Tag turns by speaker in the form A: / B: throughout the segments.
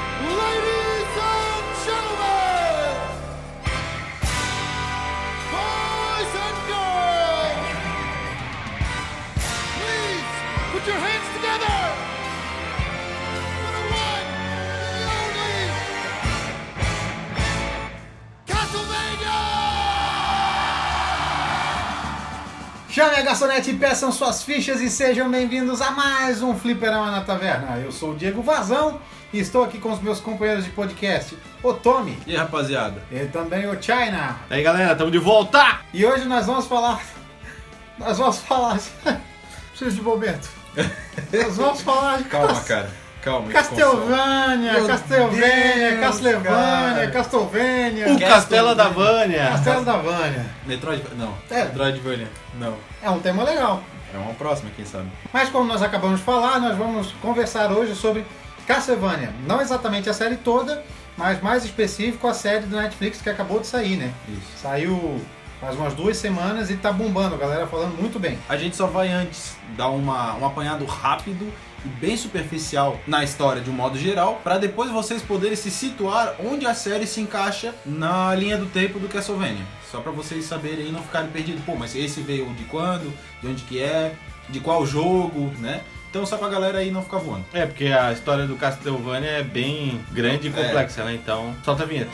A: Ladies and gentlemen, boys and girls, please put your hands together for the one, the only Castlevania!
B: Chame a garçonete, peçam suas fichas e sejam bem-vindos a mais um Fliperama na Taverna. Eu sou o Diego Vazão e estou aqui com os meus companheiros de podcast, o Tommy
C: E aí, rapaziada?
B: e também o China.
C: E aí, galera, tamo de volta!
B: E hoje nós vamos falar. Nós vamos falar. Preciso de momento. Nós vamos falar de
C: Calma,
B: Cas-
C: cara. Calma.
B: Castelvânia,
C: Meu
B: Castelvânia,
C: Deus,
B: Castlevânia,
C: cara.
B: Castelvânia,
C: O Castelo da Vânia.
B: Castelo da Vânia.
C: Metroid... Não.
B: É.
C: Metroidvania. Não.
B: É um tema legal.
C: É uma próxima, quem sabe.
B: Mas como nós acabamos de falar, nós vamos conversar hoje sobre Castlevania. Não exatamente a série toda, mas mais específico a série do Netflix que acabou de sair, né?
C: Isso.
B: Saiu faz umas duas semanas e tá bombando, a galera falando muito bem.
C: A gente só vai antes dar uma, um apanhado rápido e bem superficial na história de um modo geral, pra depois vocês poderem se situar onde a série se encaixa na linha do tempo do Castlevania. Só pra vocês saberem e não ficarem perdidos. Pô, mas esse veio de quando? De onde que é? De qual jogo, né? Então só pra galera aí não ficar voando.
D: É, porque a história do Castlevania é bem grande e
C: É.
D: complexa, né? Então, solta a vinheta.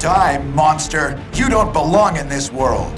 E: Die, monster! You don't belong in this world!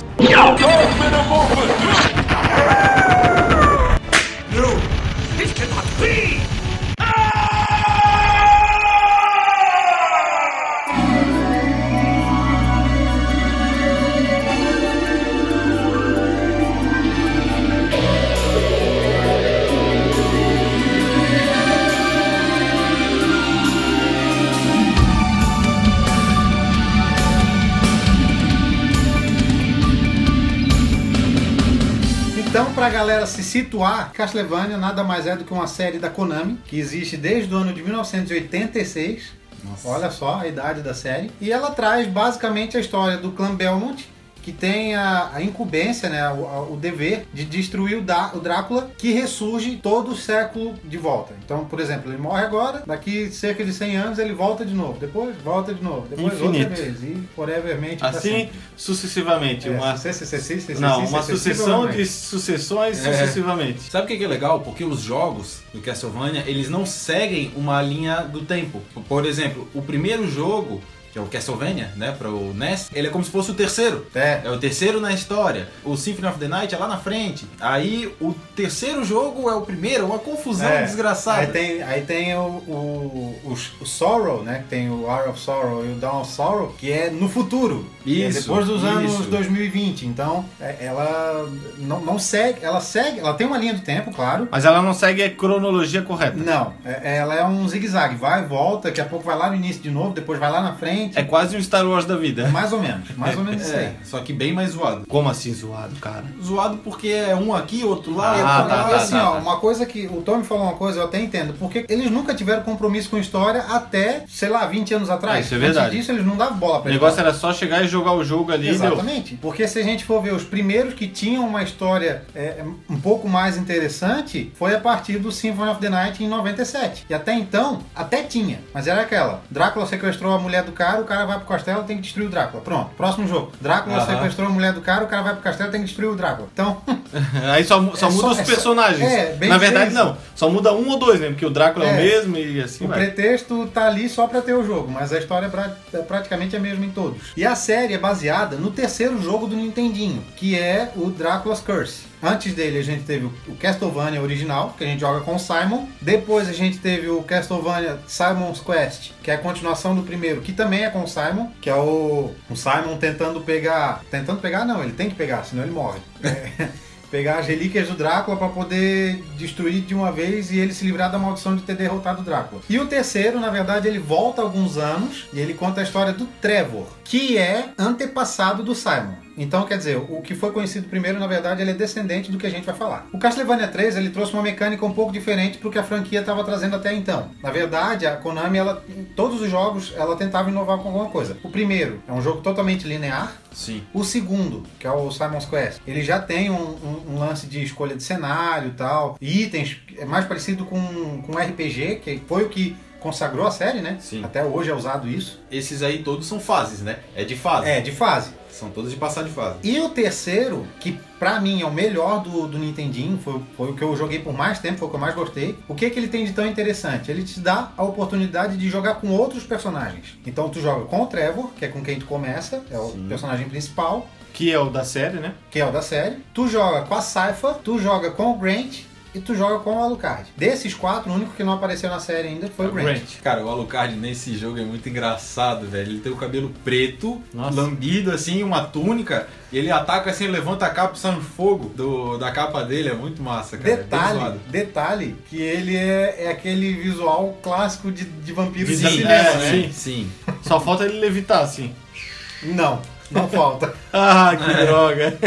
B: Então, pra galera se situar, Castlevania nada mais é do que uma série da Konami, que existe desde o ano de 1986.
C: Nossa.
B: Olha só a idade da série. E ela traz basicamente a história do clã Belmont, que tem a, a incumbência, né, o, a- o dever de destruir o, Dá- o Drácula, que ressurge todo século de volta. Então, por exemplo, ele morre agora, daqui cerca de 100 anos ele volta de novo, depois volta de novo, depois
D: Infinito.
B: outra vez, e forevermente. pra
D: Assim,
B: sempre.
D: sucessivamente.
B: É,
D: uma
B: sucessi- sucessi- sucessi-
D: não, uma sucessão
B: sucessivamente.
D: de sucessões
C: É.
D: sucessivamente.
C: Sabe o que que é legal? Porque os jogos do Castlevania, eles não seguem uma linha do tempo. Por exemplo, o primeiro jogo, que é o Castlevania, né, para o NES, ele é como se fosse o terceiro.
B: É,
C: É o terceiro na história. O Symphony of the Night é lá na frente. Aí o terceiro jogo é o primeiro, é uma confusão
B: É. Aí
C: desgraçada.
B: tem, aí tem o, o, o, o Sorrow, né? Que tem o Hour of Sorrow e o Dawn of Sorrow, que é no futuro. Que é
C: Isso,
B: depois dos
C: isso.
B: anos 2020. Então, é- ela não, não segue. Ela segue. Ela tem uma linha do tempo, claro.
D: Mas ela não segue a cronologia correta.
B: Não, é- ela é um zigue-zague. Vai, volta, daqui a pouco vai lá no início de novo, depois vai lá na frente.
D: É quase um Star Wars da vida.
B: Mais ou menos. Mais ou menos isso aí.
C: É, só que bem mais zoado.
D: Como assim zoado, cara?
C: Zoado porque é um aqui, outro lá,
D: Ah,
C: outro
B: Ah,
C: lá.
D: tá, tá,
B: assim,
D: tá,
B: ó,
D: tá.
B: uma coisa que o Tommy falou uma coisa, eu até entendo, porque eles nunca tiveram compromisso com história até, sei lá, 20 anos atrás.
D: Isso é verdade.
B: Antes disso, eles não davam bola
D: O
B: pra
D: negócio
B: história.
D: era só chegar e jogar o jogo ali e deu.
B: Exatamente. Porque se a gente for ver os primeiros que tinham uma história é, um pouco mais interessante, foi a partir do Symphony of the Night em 97. E até então, até tinha, mas era aquela. Drácula sequestrou a mulher do cara, o cara vai pro castelo, tem que destruir o Drácula. Pronto, próximo jogo. Drácula
D: Aham.
B: sequestrou a mulher do cara, o cara vai pro castelo, tem que destruir o Drácula. Então,
D: Aí só, mu- só
B: É
D: muda
B: só-
D: os
B: é só-
D: personagens.
B: é, bem
D: Na verdade,
B: isso.
D: não. Só muda um ou dois, né? Porque o Drácula é,
B: É.
D: o mesmo e assim
B: O
D: vai.
B: pretexto tá ali só pra ter o jogo, mas a história é pra- é praticamente a mesma em todos. E a série é baseada no terceiro jogo do Nintendinho, que é o Drácula's Curse. Antes dele a gente teve o Castlevania original, que a gente joga com o Simon. Depois a gente teve o Castlevania Simon's Quest, que é a continuação do primeiro, que também é com o Simon, que é o, o Simon tentando pegar... Tentando pegar? Não, ele tem que pegar, senão ele morre. É. Pegar as relíquias do Drácula pra poder destruir de uma vez e ele se livrar da maldição de ter derrotado o Drácula. E o terceiro, na verdade, ele volta alguns anos e ele conta a história do Trevor, que é antepassado do Simon. Então, quer dizer, o que foi conhecido primeiro, na verdade, ele é descendente do que a gente vai falar. O Castlevania 3, ele trouxe uma mecânica um pouco diferente pro que a franquia estava trazendo até então. Na verdade, a Konami, ela, em todos os jogos, ela tentava inovar com alguma coisa. O primeiro é um jogo totalmente linear,
D: Sim.
B: o segundo, que é o Simon's Quest, ele já tem um, um- um lance de escolha de cenário e tal, itens, é mais parecido com, com RPG, que foi o que consagrou a série, né?
D: Sim.
B: Até hoje é usado isso.
D: Esses aí todos são fases, né? É de fase.
B: É, de fase.
D: São todos de passar de fase.
B: E o terceiro, que pra mim é o melhor do, do Nintendinho, foi, foi o que eu joguei por mais tempo, foi o que eu mais gostei. O que, que ele tem de tão interessante? Ele te dá a oportunidade de jogar com outros personagens. Então tu joga com o Trevor, que é com quem tu começa, é o
D: Sim.
B: personagem principal,
D: Que é o da série, né?
B: que é o da série. Tu joga com a Sypha, tu joga com o Grant e tu joga com o Alucard. Desses quatro, o único que não apareceu na série ainda foi É o Grant.
C: Cara, o Alucard nesse jogo é muito engraçado, velho. Ele tem o cabelo preto,
D: Nossa.
C: lambido assim, uma túnica. E ele ataca assim, levanta a capa, sai um fogo do, da capa dele. É muito massa, cara. É bem
B: Detalhe,
C: zoado.
B: detalhe, que ele é, é aquele visual clássico de, de vampiro de
D: Sim,
B: cinema,
D: é,
B: né?
D: sim.
C: Sim.
D: Só falta ele levitar, assim.
B: Não, não falta.
D: Ah, que droga.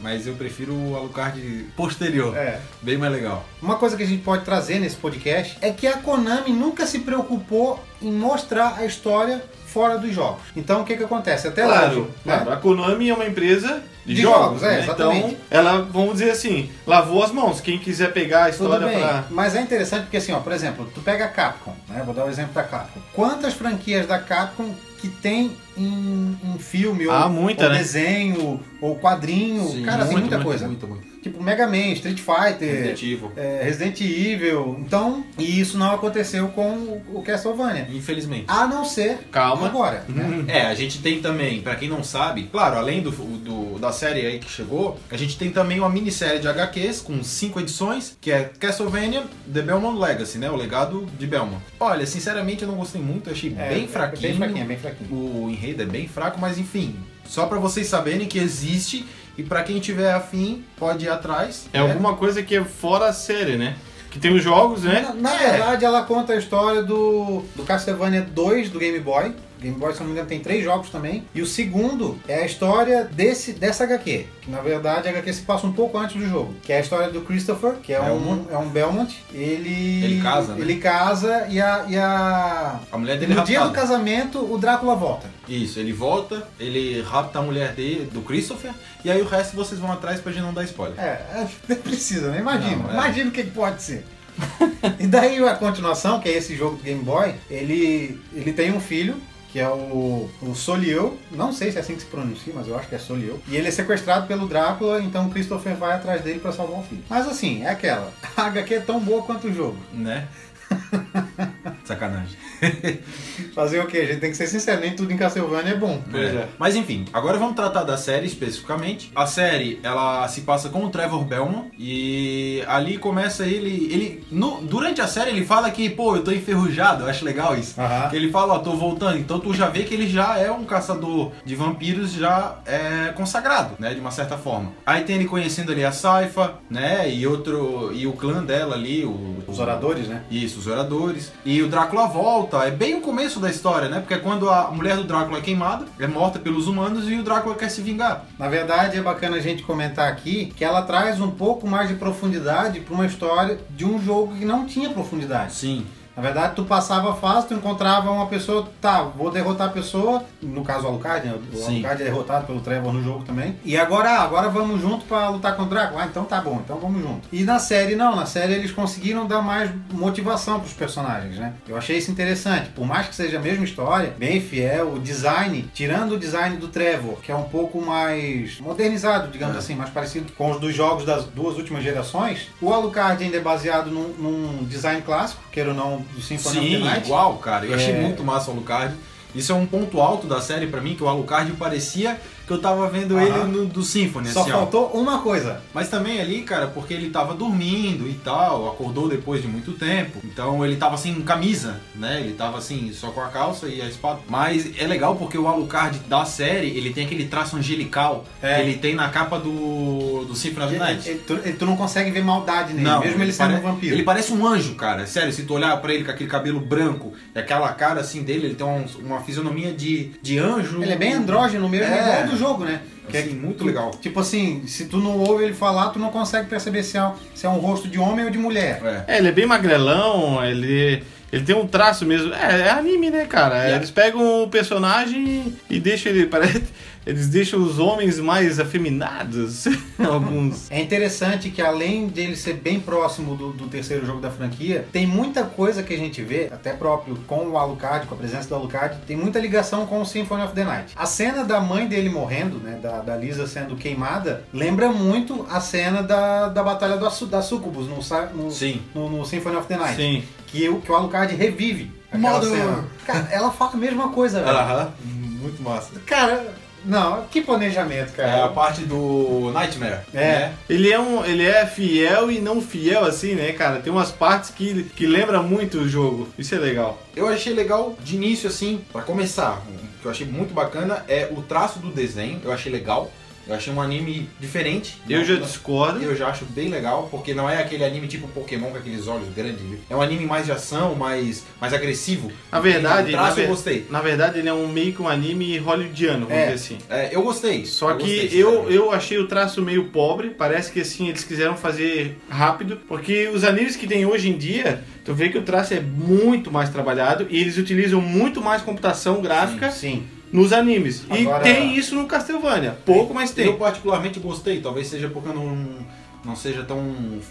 C: Mas eu prefiro o Alucard posterior.
B: É.
C: Bem mais legal.
B: Uma coisa que a gente pode trazer nesse podcast é que a Konami nunca se preocupou em mostrar a história fora dos jogos. Então o que que acontece? Até
D: Claro,
B: hoje,
D: claro.
B: né?
D: A Konami é uma empresa de,
B: De
D: jogos,
B: jogos, é,
D: né?
B: exatamente.
D: Então, ela, vamos dizer assim, lavou as mãos. Quem quiser pegar a
B: Tudo
D: história
B: bem,
D: pra...
B: mas é interessante porque assim, ó, por exemplo, tu pega a Capcom, né? Vou dar o exemplo da Capcom. Quantas franquias da Capcom que tem em, em filme,
D: Ah,
B: ou,
D: muita,
B: ou
D: né?
B: desenho, ou quadrinho,
C: Sim,
B: cara, tem
C: muito,
B: muita
C: muito,
B: coisa.
C: Muito, muito.
B: Tipo Mega Man, Street Fighter,
C: Definitivo.
B: é, Resident Evil. Então, e isso não aconteceu com o- o
C: É.
B: Castlevania.
C: Infelizmente.
B: A não ser
D: Calma.
B: agora. Né?
C: É, a gente tem também, pra quem não sabe, claro, além do, do- da série aí que chegou, a gente tem também uma minissérie de HQs com cinco edições, que é Castlevania The Belmont Legacy, né? O legado de Belmont. Olha, sinceramente eu não gostei muito, eu achei
B: É,
C: bem,
B: é
C: fraquinho,
B: Bem fraquinho, é bem fraquinho.
C: O enredo é bem fraco, mas enfim, só pra vocês saberem que existe e pra quem tiver afim, pode ir atrás.
D: É alguma coisa que é fora a série, né? Que tem os jogos, né?
B: Na, na
C: É.
B: verdade, ela conta a história do, do Castlevania 2 do Game Boy. Game Boy, se não me engano, tem três jogos também. E o segundo é a história desse, dessa HQ. Que na verdade a HQ se passa um pouco antes do jogo. Que é a história do Christopher, que é,
C: É
B: um, é um Belmont. Ele.
C: Ele casa, né?
B: Ele casa e a. E a...
C: A mulher dele é
B: No dia do
C: raptada.
B: casamento, o Drácula volta.
C: Isso, ele volta, ele rapta a mulher dele, do Christopher, e aí o resto vocês vão atrás pra gente não dar spoiler.
B: É, nem precisa, né? Imagina.
C: Não, é.
B: Imagina o que que pode ser. e daí a continuação, que é esse jogo do Game Boy, ele, ele tem um filho, que é o, o Solieu. Não sei se é assim que se pronuncia, mas eu acho que é Solieu. E ele é sequestrado pelo Drácula, então Christopher vai atrás dele pra salvar o filho. Mas assim, é aquela. A HQ é tão boa quanto o jogo.
C: Né? Sacanagem.
B: Fazer o quê? A gente tem que ser sincero, nem tudo em Castlevania é bom.
D: Pois é.
C: Mas enfim, agora vamos tratar da série especificamente. A série, ela se passa com o Trevor Belmont e ali começa ele, ele no- durante a série ele fala que, pô, eu tô enferrujado, eu acho legal isso.
B: Aham.
C: Que ele fala, ó, tô voltando. Então tu já vê que ele já é um caçador de vampiros já é, consagrado, né? De uma certa forma. Aí tem ele conhecendo ali a Saifa, né? E outro. E o clã dela ali, o-
B: Os oradores, né?
C: Isso, os oradores. E o Drácula volta. É bem o começo da história, né? Porque é quando a mulher do Drácula é queimada, é morta pelos humanos e o Drácula quer se vingar.
B: Na verdade, é bacana a gente comentar aqui que ela traz um pouco mais de profundidade para uma história de um jogo que não tinha profundidade.
C: Sim.
B: Na verdade, tu passava a fase, tu encontrava uma pessoa, tá, vou derrotar a pessoa, no caso o Alucard, né? O
C: Sim.
B: Alucard é derrotado pelo Trevor no jogo também. E agora, ah, agora vamos junto para lutar contra o Drácula. Ah, então tá bom, então vamos junto. E na série não, na série eles conseguiram dar mais motivação pros personagens, né? Eu achei isso interessante, por mais que seja a mesma história, bem fiel, o design, tirando o design do Trevor, que é um pouco mais modernizado, digamos
C: É.
B: assim, mais parecido com os dos jogos das duas últimas gerações, o Alucard ainda é baseado num, num design clássico, queira ou não, do Symphony of
C: Sim,
B: the Night.
C: igual, cara. Eu achei
B: É.
C: muito massa o Alucard. Isso é um ponto alto da série pra mim, que o Alucard parecia que eu tava vendo ele
B: Aham.
C: no, do Symphony,
B: Só
C: assim, ó.
B: faltou uma coisa.
C: Mas também ali, cara, porque ele tava dormindo e tal, acordou depois de muito tempo. Então ele tava sem camisa, né? Ele tava assim, só com a calça e a espada. Mas é legal porque o Alucard da série, ele tem aquele traço angelical
B: É.
C: que ele tem na capa do, do Symphony of the
B: Ele-
C: Night.
B: ele- tu, ele- tu não consegue ver maldade nele, mesmo ele, sendo
C: pare-
B: um vampiro.
C: né? Ele parece um anjo, cara. Sério, se tu olhar pra ele com aquele cabelo branco e aquela cara assim dele, ele tem um- uma fisionomia de, de anjo.
B: Ele é bem andrógeno mesmo,
C: É,
B: igual do do jogo, né? Que é
C: Assim,
B: que
C: muito
B: tu-
C: legal.
B: Tipo assim, se tu não ouve ele falar, tu não consegue perceber se é um, se é um rosto de homem ou de mulher.
C: É.
D: É, ele é bem magrelão, ele. Ele tem um traço mesmo. É, é anime, né, cara?
C: Yeah.
D: Eles pegam o personagem e deixam ele. Parece, eles deixam os homens mais afeminados. Alguns.
B: É interessante que além dele ser bem próximo do, do terceiro jogo da franquia, tem muita coisa que a gente vê, até próprio com o Alucard, com a presença do Alucard, tem muita ligação com o Symphony of the Night. A cena da mãe dele morrendo, né, da, da Lisa sendo queimada, lembra muito a cena da, da batalha do, Assu- da Sucubus no, Sa- no,
C: Sim.
B: no, no Symphony of the Night.
D: Sim.
B: Que, o- que o Alucard revive aquela
C: Mother!
B: cena. Cara, ela fala a mesma coisa, velho.
C: Aham. Muito massa.
B: Cara, não, que planejamento, cara.
C: É a parte do Nightmare.
B: É.
C: né?
D: Ele é, um, ele é fiel e não fiel, assim, né, cara? Tem umas partes que, que lembra muito o jogo. Isso é legal.
C: Eu achei legal de início, assim, pra começar, o que eu achei muito bacana é o traço do desenho. Eu achei legal. Eu achei um anime diferente.
D: Eu já
C: Não-
D: discordo.
C: Eu já acho bem legal, porque não é aquele anime tipo Pokémon com aqueles olhos grandes. viu? É um anime mais de ação, mais, mais agressivo.
D: Na verdade,
C: O
D: na,
C: traço
D: ver-
C: eu gostei.
D: na verdade, ele é um meio que um anime hollywoodiano, vamos
B: É.
D: dizer assim.
C: É, eu gostei.
D: Só
C: Eu
D: que
C: gostei,
D: eu,
C: sinceramente.
D: eu achei o traço meio pobre, parece que assim eles quiseram fazer rápido, porque os animes que tem hoje em dia, tu vê que o traço é muito mais trabalhado e eles utilizam muito mais computação gráfica
B: Sim.
D: nos animes.
B: Agora-
D: E tem isso no Castlevania, pouco, mas
C: Eu
D: tem.
C: particularmente gostei, talvez seja porque eu não, não seja tão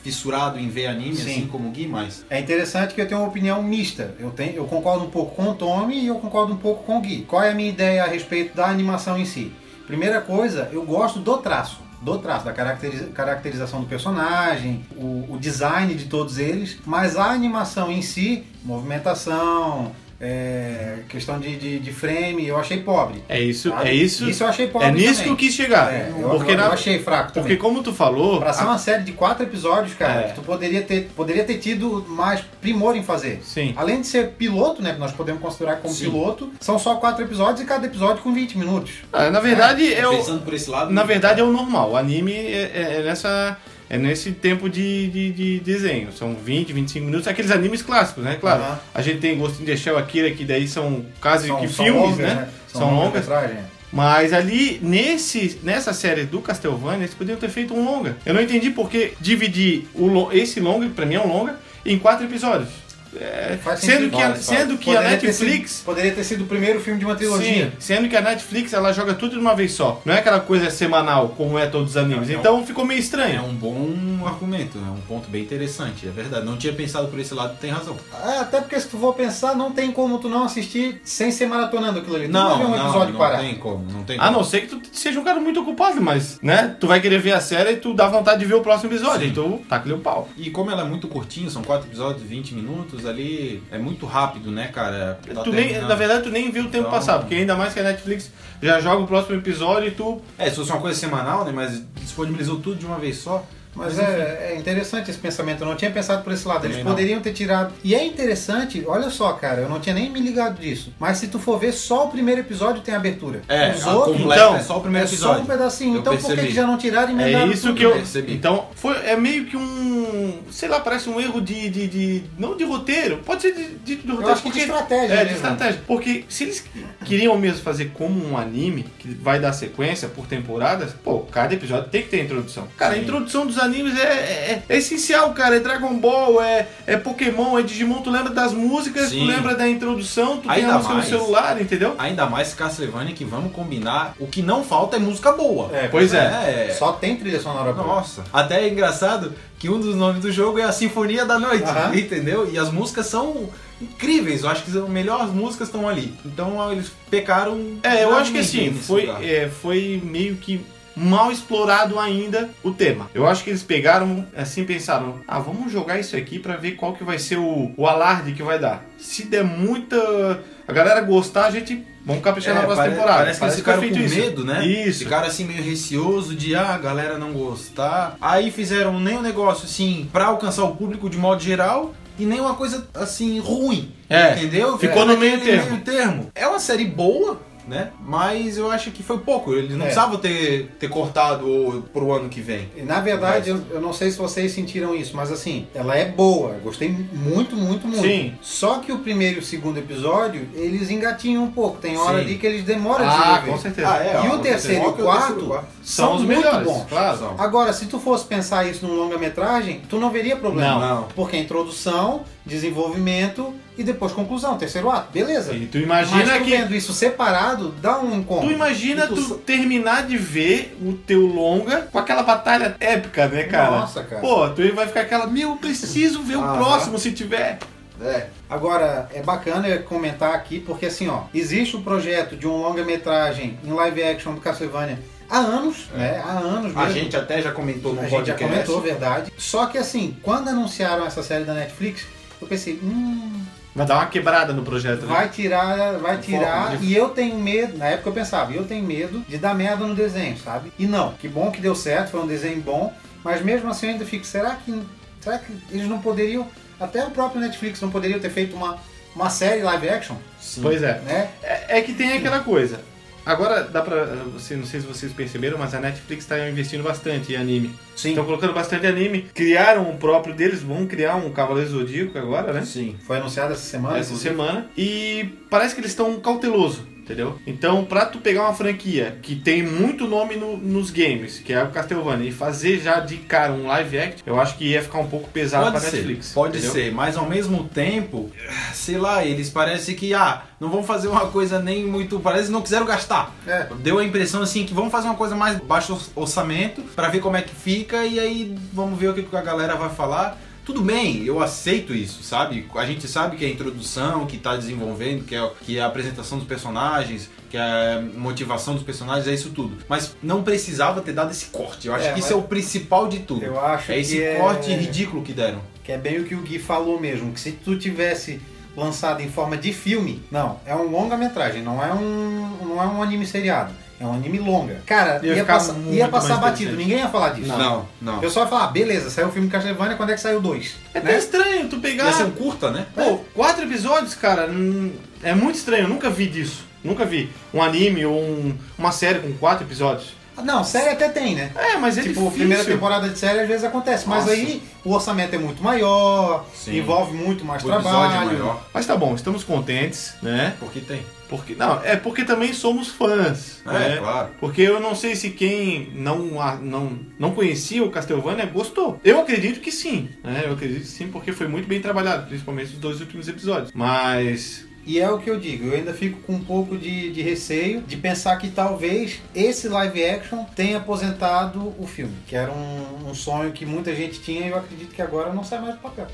C: fissurado em ver anime
B: Sim.
C: assim como o Gui, mas.
B: É interessante que eu tenho uma opinião mista. Eu, tenho, eu concordo um pouco com o Tommy e eu concordo um pouco com o Gui. Qual é a minha ideia a respeito da animação em si? Primeira coisa, eu gosto do traço. Do traço, da caracteriza- caracterização do personagem, o, o design de todos eles, mas a animação em si, movimentação, é, questão de, de, de frame, eu achei pobre.
D: É isso,
B: sabe?
D: é isso.
B: eu achei pobre.
D: É nisso que
B: também.
D: eu quis chegar.
B: É, eu,
D: porque,
B: eu
D: na-
B: achei fraco também.
D: porque como tu falou,
B: Pra ser
D: a-
B: uma série de quatro episódios, cara,
D: Ah. É.
B: que tu poderia ter, poderia ter tido mais primor em fazer.
D: sim.
B: Além de ser piloto, né, que nós podemos considerar como
C: Sim.
B: piloto, são só quatro episódios e cada episódio com 20 minutos.
D: Ah, na verdade,
B: é
D: eu
C: Pensando por esse lado.
D: Na verdade é o normal. O anime é, é- é nessa. É nesse tempo de, de, de desenho. São 20, 25 minutos. É Aqueles animes clássicos, né? Claro.
B: Aham.
D: A gente tem Ghost in the Shell, Akira, que daí são quase
B: São,
D: que
B: são
D: filmes,
B: longas,
D: né?
B: São,
D: São
B: longas.
D: longas.
B: metragens.
D: Mas ali, nesse, nessa série do Castlevania, eles podiam ter feito um longa. Eu não entendi por que dividir o lo- esse longa, que pra mim é um longa, em quatro episódios. É,
B: Faz
D: sendo
B: sentido.
D: que, a,
C: Faz, faz.
D: sendo que a
B: Poderia ter
D: Netflix...
B: sido- poderia ter sido o primeiro filme de uma trilogia.
D: Sim, sendo que a Netflix ela joga tudo de uma vez só. Não é aquela coisa semanal como é todos os animes.
C: Não, não.
D: Então ficou meio
C: É
D: estranho.
C: um bom argumento, é um ponto bem interessante, é verdade. Não tinha pensado por esse lado, tem razão.
B: Ah, Até porque se tu for pensar, não tem como tu não assistir sem ser maratonando aquilo ali. Tu
C: Não,
B: vê um
C: não,
B: episódio
C: não
B: parado.
C: tem como, Ah, não
B: É um
C: tem
D: A
C: como.
D: não ser que tu seja um cara muito ocupado, mas, né? Tu vai querer ver a série e tu dá vontade de ver o próximo episódio.
C: Sim.
D: Então taca-lhe o pau.
C: E como ela é muito curtinha, são quatro episódios, 20 minutos ali, é muito rápido, né, cara? Tá
D: tu nem,
C: terminando.
D: na verdade, tu nem viu o tempo
C: Então-
D: passar, porque ainda mais que a Netflix já joga o próximo episódio e tu.
C: É, se fosse uma coisa semanal, né, mas disponibilizou tudo de uma vez só.
B: Mas é, é interessante esse pensamento, eu não tinha pensado por esse lado. Eles
C: Também não.
B: poderiam ter tirado. E é interessante, olha só, cara, eu não tinha nem me ligado disso. Mas se tu for ver, só o primeiro episódio tem abertura.
C: É,
B: Os
C: a
B: outros
C: completa
D: então,
C: é só o primeiro
B: é
C: episódio.
B: só um pedacinho.
C: Eu
B: então por que
C: percebi.
B: que já não tiraram e
D: É
B: emendaram
D: isso
B: tudo?
D: que eu.
C: percebi.
D: Então, foi, é meio que um. Sei lá, parece um erro de. de, de- não de roteiro. Pode ser de, de, de roteiro.
B: acho que de estratégia né,
D: É, de
B: mesmo.
D: estratégia. Porque se eles queriam mesmo fazer como um anime, que vai dar sequência por temporadas, pô, cada episódio tem que ter introdução. Cara, a
C: Sim.
D: introdução dos animes é, é- é essencial, cara. É Dragon Ball, é, é Pokémon, é Digimon. Tu lembra das músicas, tu
C: Sim.
D: lembra da introdução, tu tem
C: Ainda
D: a música
C: mais.
D: no celular, entendeu?
C: Ainda mais Castlevania, que vamos combinar, o que não falta é música boa.
B: É,
D: Pois é.
C: É,
B: Só tem trilha sonora boa.
C: Nossa. Até é engraçado que um dos nomes do jogo é a Sinfonia da Noite,
B: Aham.
C: entendeu? E as músicas são incríveis, eu acho que as melhores músicas estão ali. Então eles pecaram.
D: É, eu acho que
C: gravemente
D: assim,
C: nesse
D: foi,
C: lugar.
D: é, foi meio que mal explorado ainda o tema. Eu acho que eles pegaram, assim, pensaram, ah, vamos jogar isso aqui pra ver qual que vai ser o, o alarde que vai dar. Se der muita... a galera gostar, a gente... Vamos caprichar
C: É,
D: na próxima
C: pare-
D: temporada.
C: Parece que eles
D: foi
C: ficaram com medo, né?
D: Isso.
C: Ficaram assim meio receoso de ah, a galera não gostar. Aí fizeram nem um negócio assim pra alcançar o público de modo geral e nem uma coisa assim ruim.
D: É,
C: Entendeu? é
D: ficou no meio
C: naquele
D: termo.
C: meio termo. É uma É série boa. né? Mas eu acho que foi pouco. Eles não
B: É.
C: precisavam ter, ter cortado ou pro ano que vem.
B: Na verdade, eu, eu não sei se vocês sentiram isso, mas assim, ela é boa. Eu Gostei muito, muito, muito.
D: Sim.
B: Só que o primeiro e o segundo episódio, eles engatinham um pouco. Tem hora
C: Sim.
B: ali que eles demoram a
D: Ah,
B: desenvolver.
D: com certeza.
B: E é, o terceiro e
C: Rock é o
B: quarto
C: terceiro e quarto.
B: São,
D: São os
B: muito
D: melhores,
B: bons.
D: claro.
C: São.
B: Agora, se tu fosse pensar isso num longa-metragem, tu não veria problema.
C: Não.
B: Porque é introdução, desenvolvimento e depois conclusão, terceiro ato. Beleza.
D: E tu
B: Mas
D: imagina
B: tu
D: que
B: vendo isso separado, dá um incômodo.
D: Tu imagina
C: E tu
D: tu,
C: sa-
D: terminar de ver o teu longa com aquela batalha épica, né, cara?
B: Nossa, cara. Ah,
D: Pô, tu vai ficar aquela, meu, eu preciso ver o
C: Aham.
D: próximo se tiver.
C: É.
B: Agora, é bacana eu comentar aqui, porque assim, ó, existe o projeto de um longa-metragem em live action do Castlevania há anos,
D: É.
B: né? Há anos mesmo.
C: A gente até já comentou no
B: A gente
C: podcast.
B: já comentou, verdade. Só que assim, quando anunciaram essa série da Netflix, eu pensei, hum,
D: Vai dar uma quebrada no projeto, né?
B: vai tirar, vai
C: Um
D: Foco,
B: tirar.
D: né?
B: E eu tenho medo, na época eu pensava, eu tenho medo de dar merda no desenho, sabe? E não, que bom que deu certo, foi um desenho bom, mas mesmo assim eu ainda fico, será que, será que eles não poderiam, até o próprio Netflix não poderia ter feito uma, uma série live action?
C: Sim.
D: Pois é.
B: né?
D: é. é que tem aquela coisa. Agora dá pra. Assim, não sei se vocês perceberam, mas a Netflix tá investindo bastante em anime.
B: Sim.
D: Estão colocando bastante anime. Criaram o próprio deles, vão criar um Cavaleiro Zodíaco agora, né?
C: Sim.
B: Foi anunciado essa
C: É,
B: semana.
D: essa
B: inclusive.
D: semana e parece que eles estão cauteloso, entendeu? Então, pra tu pegar uma franquia que tem muito nome no- nos games, que é o Castlevania, e fazer já de cara um live act, eu acho que ia ficar um pouco pesado
C: Pode
D: pra
C: ser,
D: Netflix.
C: pode
D: entendeu?
C: ser, mas ao mesmo tempo, sei lá, eles parecem que, ah, não vão fazer uma coisa nem muito. Parece que não quiseram gastar.
B: É.
C: Deu a impressão assim que vamos fazer uma coisa mais baixo orçamento pra ver como é que fica e aí vamos ver o que que a galera vai falar. Tudo bem, eu aceito isso, sabe? A gente sabe que é a introdução, que tá desenvolvendo, que é, que é a apresentação dos personagens, que é a motivação dos personagens, é isso tudo. Mas não precisava ter dado esse corte. Eu acho
B: É,
C: que
B: mas-
C: isso é o principal de tudo.
B: Eu acho
C: É esse
B: que é-
C: corte ridículo que deram.
B: Que é bem o que o Gui falou mesmo, que se tu tivesse lançado em forma de filme, não, é um longa-metragem, não é um não é um anime seriado, é um anime longa. Cara,
D: Ia
B: ia,
D: ficar
B: passa-
D: muito
B: ia passar
D: mais
B: batido,
D: interessante.
B: ninguém ia falar disso.
C: Não, não.
B: O pessoal ia falar, "Ah, beleza, saiu o filme Castlevania, quando é que saiu dois?
D: É até estranho tu pegar.
C: Ia ser um curta, né?
D: Pô, quatro episódios, cara, hum, é muito estranho, eu nunca vi disso. Nunca vi um anime ou um- uma série com quatro episódios.
B: Ah, Não, série até tem, né?
D: É, mas é
B: tipo,
D: difícil.
B: primeira temporada de série às vezes acontece, mas
C: Nossa.
B: aí o orçamento é muito maior,
C: Sim.
B: envolve muito mais
C: O episódio é
B: trabalho.
C: maior.
D: Mas tá bom, estamos contentes, né?
C: Porque tem.
D: Porque não, é porque também somos fãs, né?
C: É, claro.
D: Porque eu não sei se quem não, a- não, não conhecia o Castlevania gostou. Eu acredito que sim. Né? Eu acredito que sim, porque foi muito bem trabalhado, principalmente os dois últimos episódios. Mas.
B: E é o que eu digo, eu ainda fico com um pouco de, de receio de pensar que talvez esse live action tenha aposentado o filme, que era um, um sonho que muita gente tinha e eu acredito que agora não sai mais do papel.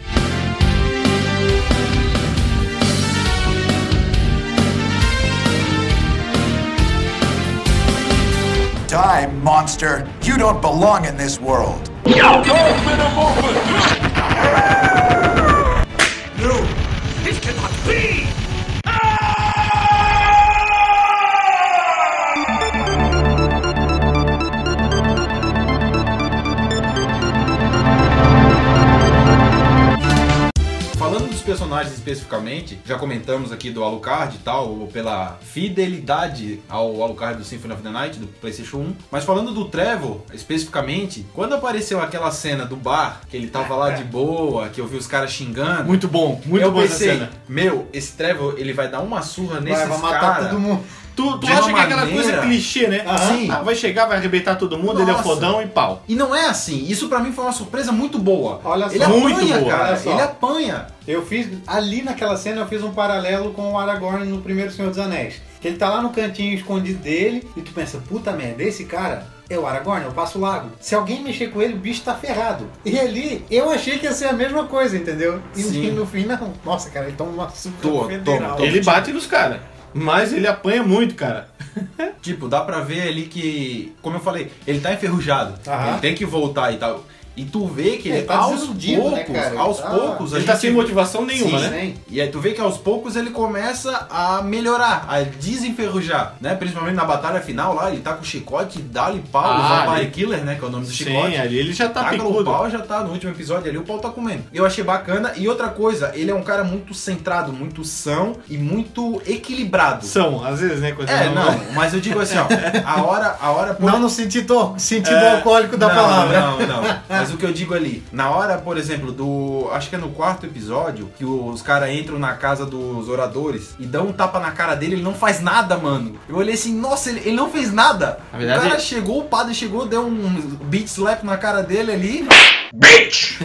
E: Die, monster. You don't belong in this world.
C: Falando dos personagens especificamente, já comentamos aqui do Alucard e tal, ou pela fidelidade ao Alucard do Symphony of the Night, do PlayStation 1. Mas falando do Trevor, especificamente, quando apareceu aquela cena do bar, que ele tava lá
B: É.
C: de boa, que eu vi os caras xingando.
D: Muito bom, muito
C: eu
D: boa
C: pensei,
D: essa cena.
C: meu, esse Trevor, ele vai dar uma surra nesses
B: Vai, vai matar
C: cara.
B: todo mundo.
D: Tu, tu
C: de uma
D: acha que é aquela
C: maneira-
D: coisa clichê, né?
C: Aham.
D: Sim. Ah, vai chegar, vai arrebentar todo mundo, ele é
C: Nossa.
D: fodão e pau.
C: E não é assim. Isso pra mim foi uma surpresa muito boa.
B: Olha só.
C: ele
D: Muito
C: apanha,
D: boa.
C: cara.
B: Olha só.
C: Ele apanha.
B: Eu fiz, ali naquela cena eu fiz um paralelo com o Aragorn no primeiro Senhor dos Anéis, que ele tá lá no cantinho escondido dele e tu pensa, puta merda, esse cara é o Aragorn, eu passo o lago. Se alguém mexer com ele, o bicho tá ferrado. E ali, eu achei que ia ser a mesma coisa, entendeu? E
C: Sim.
B: no fim, não. Nossa, cara, ele toma uma surra
C: Toma, toma,
B: federal.
C: toma.
D: Ele bate nos caras. Mas ele apanha muito, cara.
C: Tipo, dá pra ver ali que, como eu falei, ele tá enferrujado.
B: Aham.
C: Ele tem que voltar e tal. E tu vê que ele,
B: Ele tá
C: aos
B: desiludido, né,
C: poucos,
B: cara? Ele
C: aos
B: tá-
C: poucos, a
D: Ele tá
C: gente
D: sem motivação nenhuma,
B: Sim,
D: né?
B: hein?
C: E aí tu vê que aos poucos ele começa a melhorar, a desenferrujar, né? Principalmente na batalha final lá, ele tá com o chicote, dá-lhe pau,
D: Ah,
C: o Vampire
D: ele-
C: Killer, né? Que é o nome do
D: Sim,
C: chicote.
D: ali ele já tá
C: Taca o
D: picudo.
C: pau, já tá no último episódio ali, o pau tá comendo. Eu achei bacana. E outra coisa, ele é um cara muito centrado, muito são e muito equilibrado.
D: São, às vezes, né? Quando
C: É,
D: ele
C: não, mas eu digo assim, ó, a hora, a hora por-
B: Não no sentido, sentido alcoólico da
C: não,
B: palavra.
C: Não, não. Mas o que eu digo ali, na hora, por exemplo, do. Acho que é no quarto episódio, que os caras entram na casa dos oradores e dão um tapa na cara dele, ele não faz nada, mano. Eu olhei assim, nossa, ele, ele não fez nada.
D: Na verdade,
C: o cara
D: ele-
C: chegou, o padre chegou, deu um beat slap na cara dele ali. Bitch!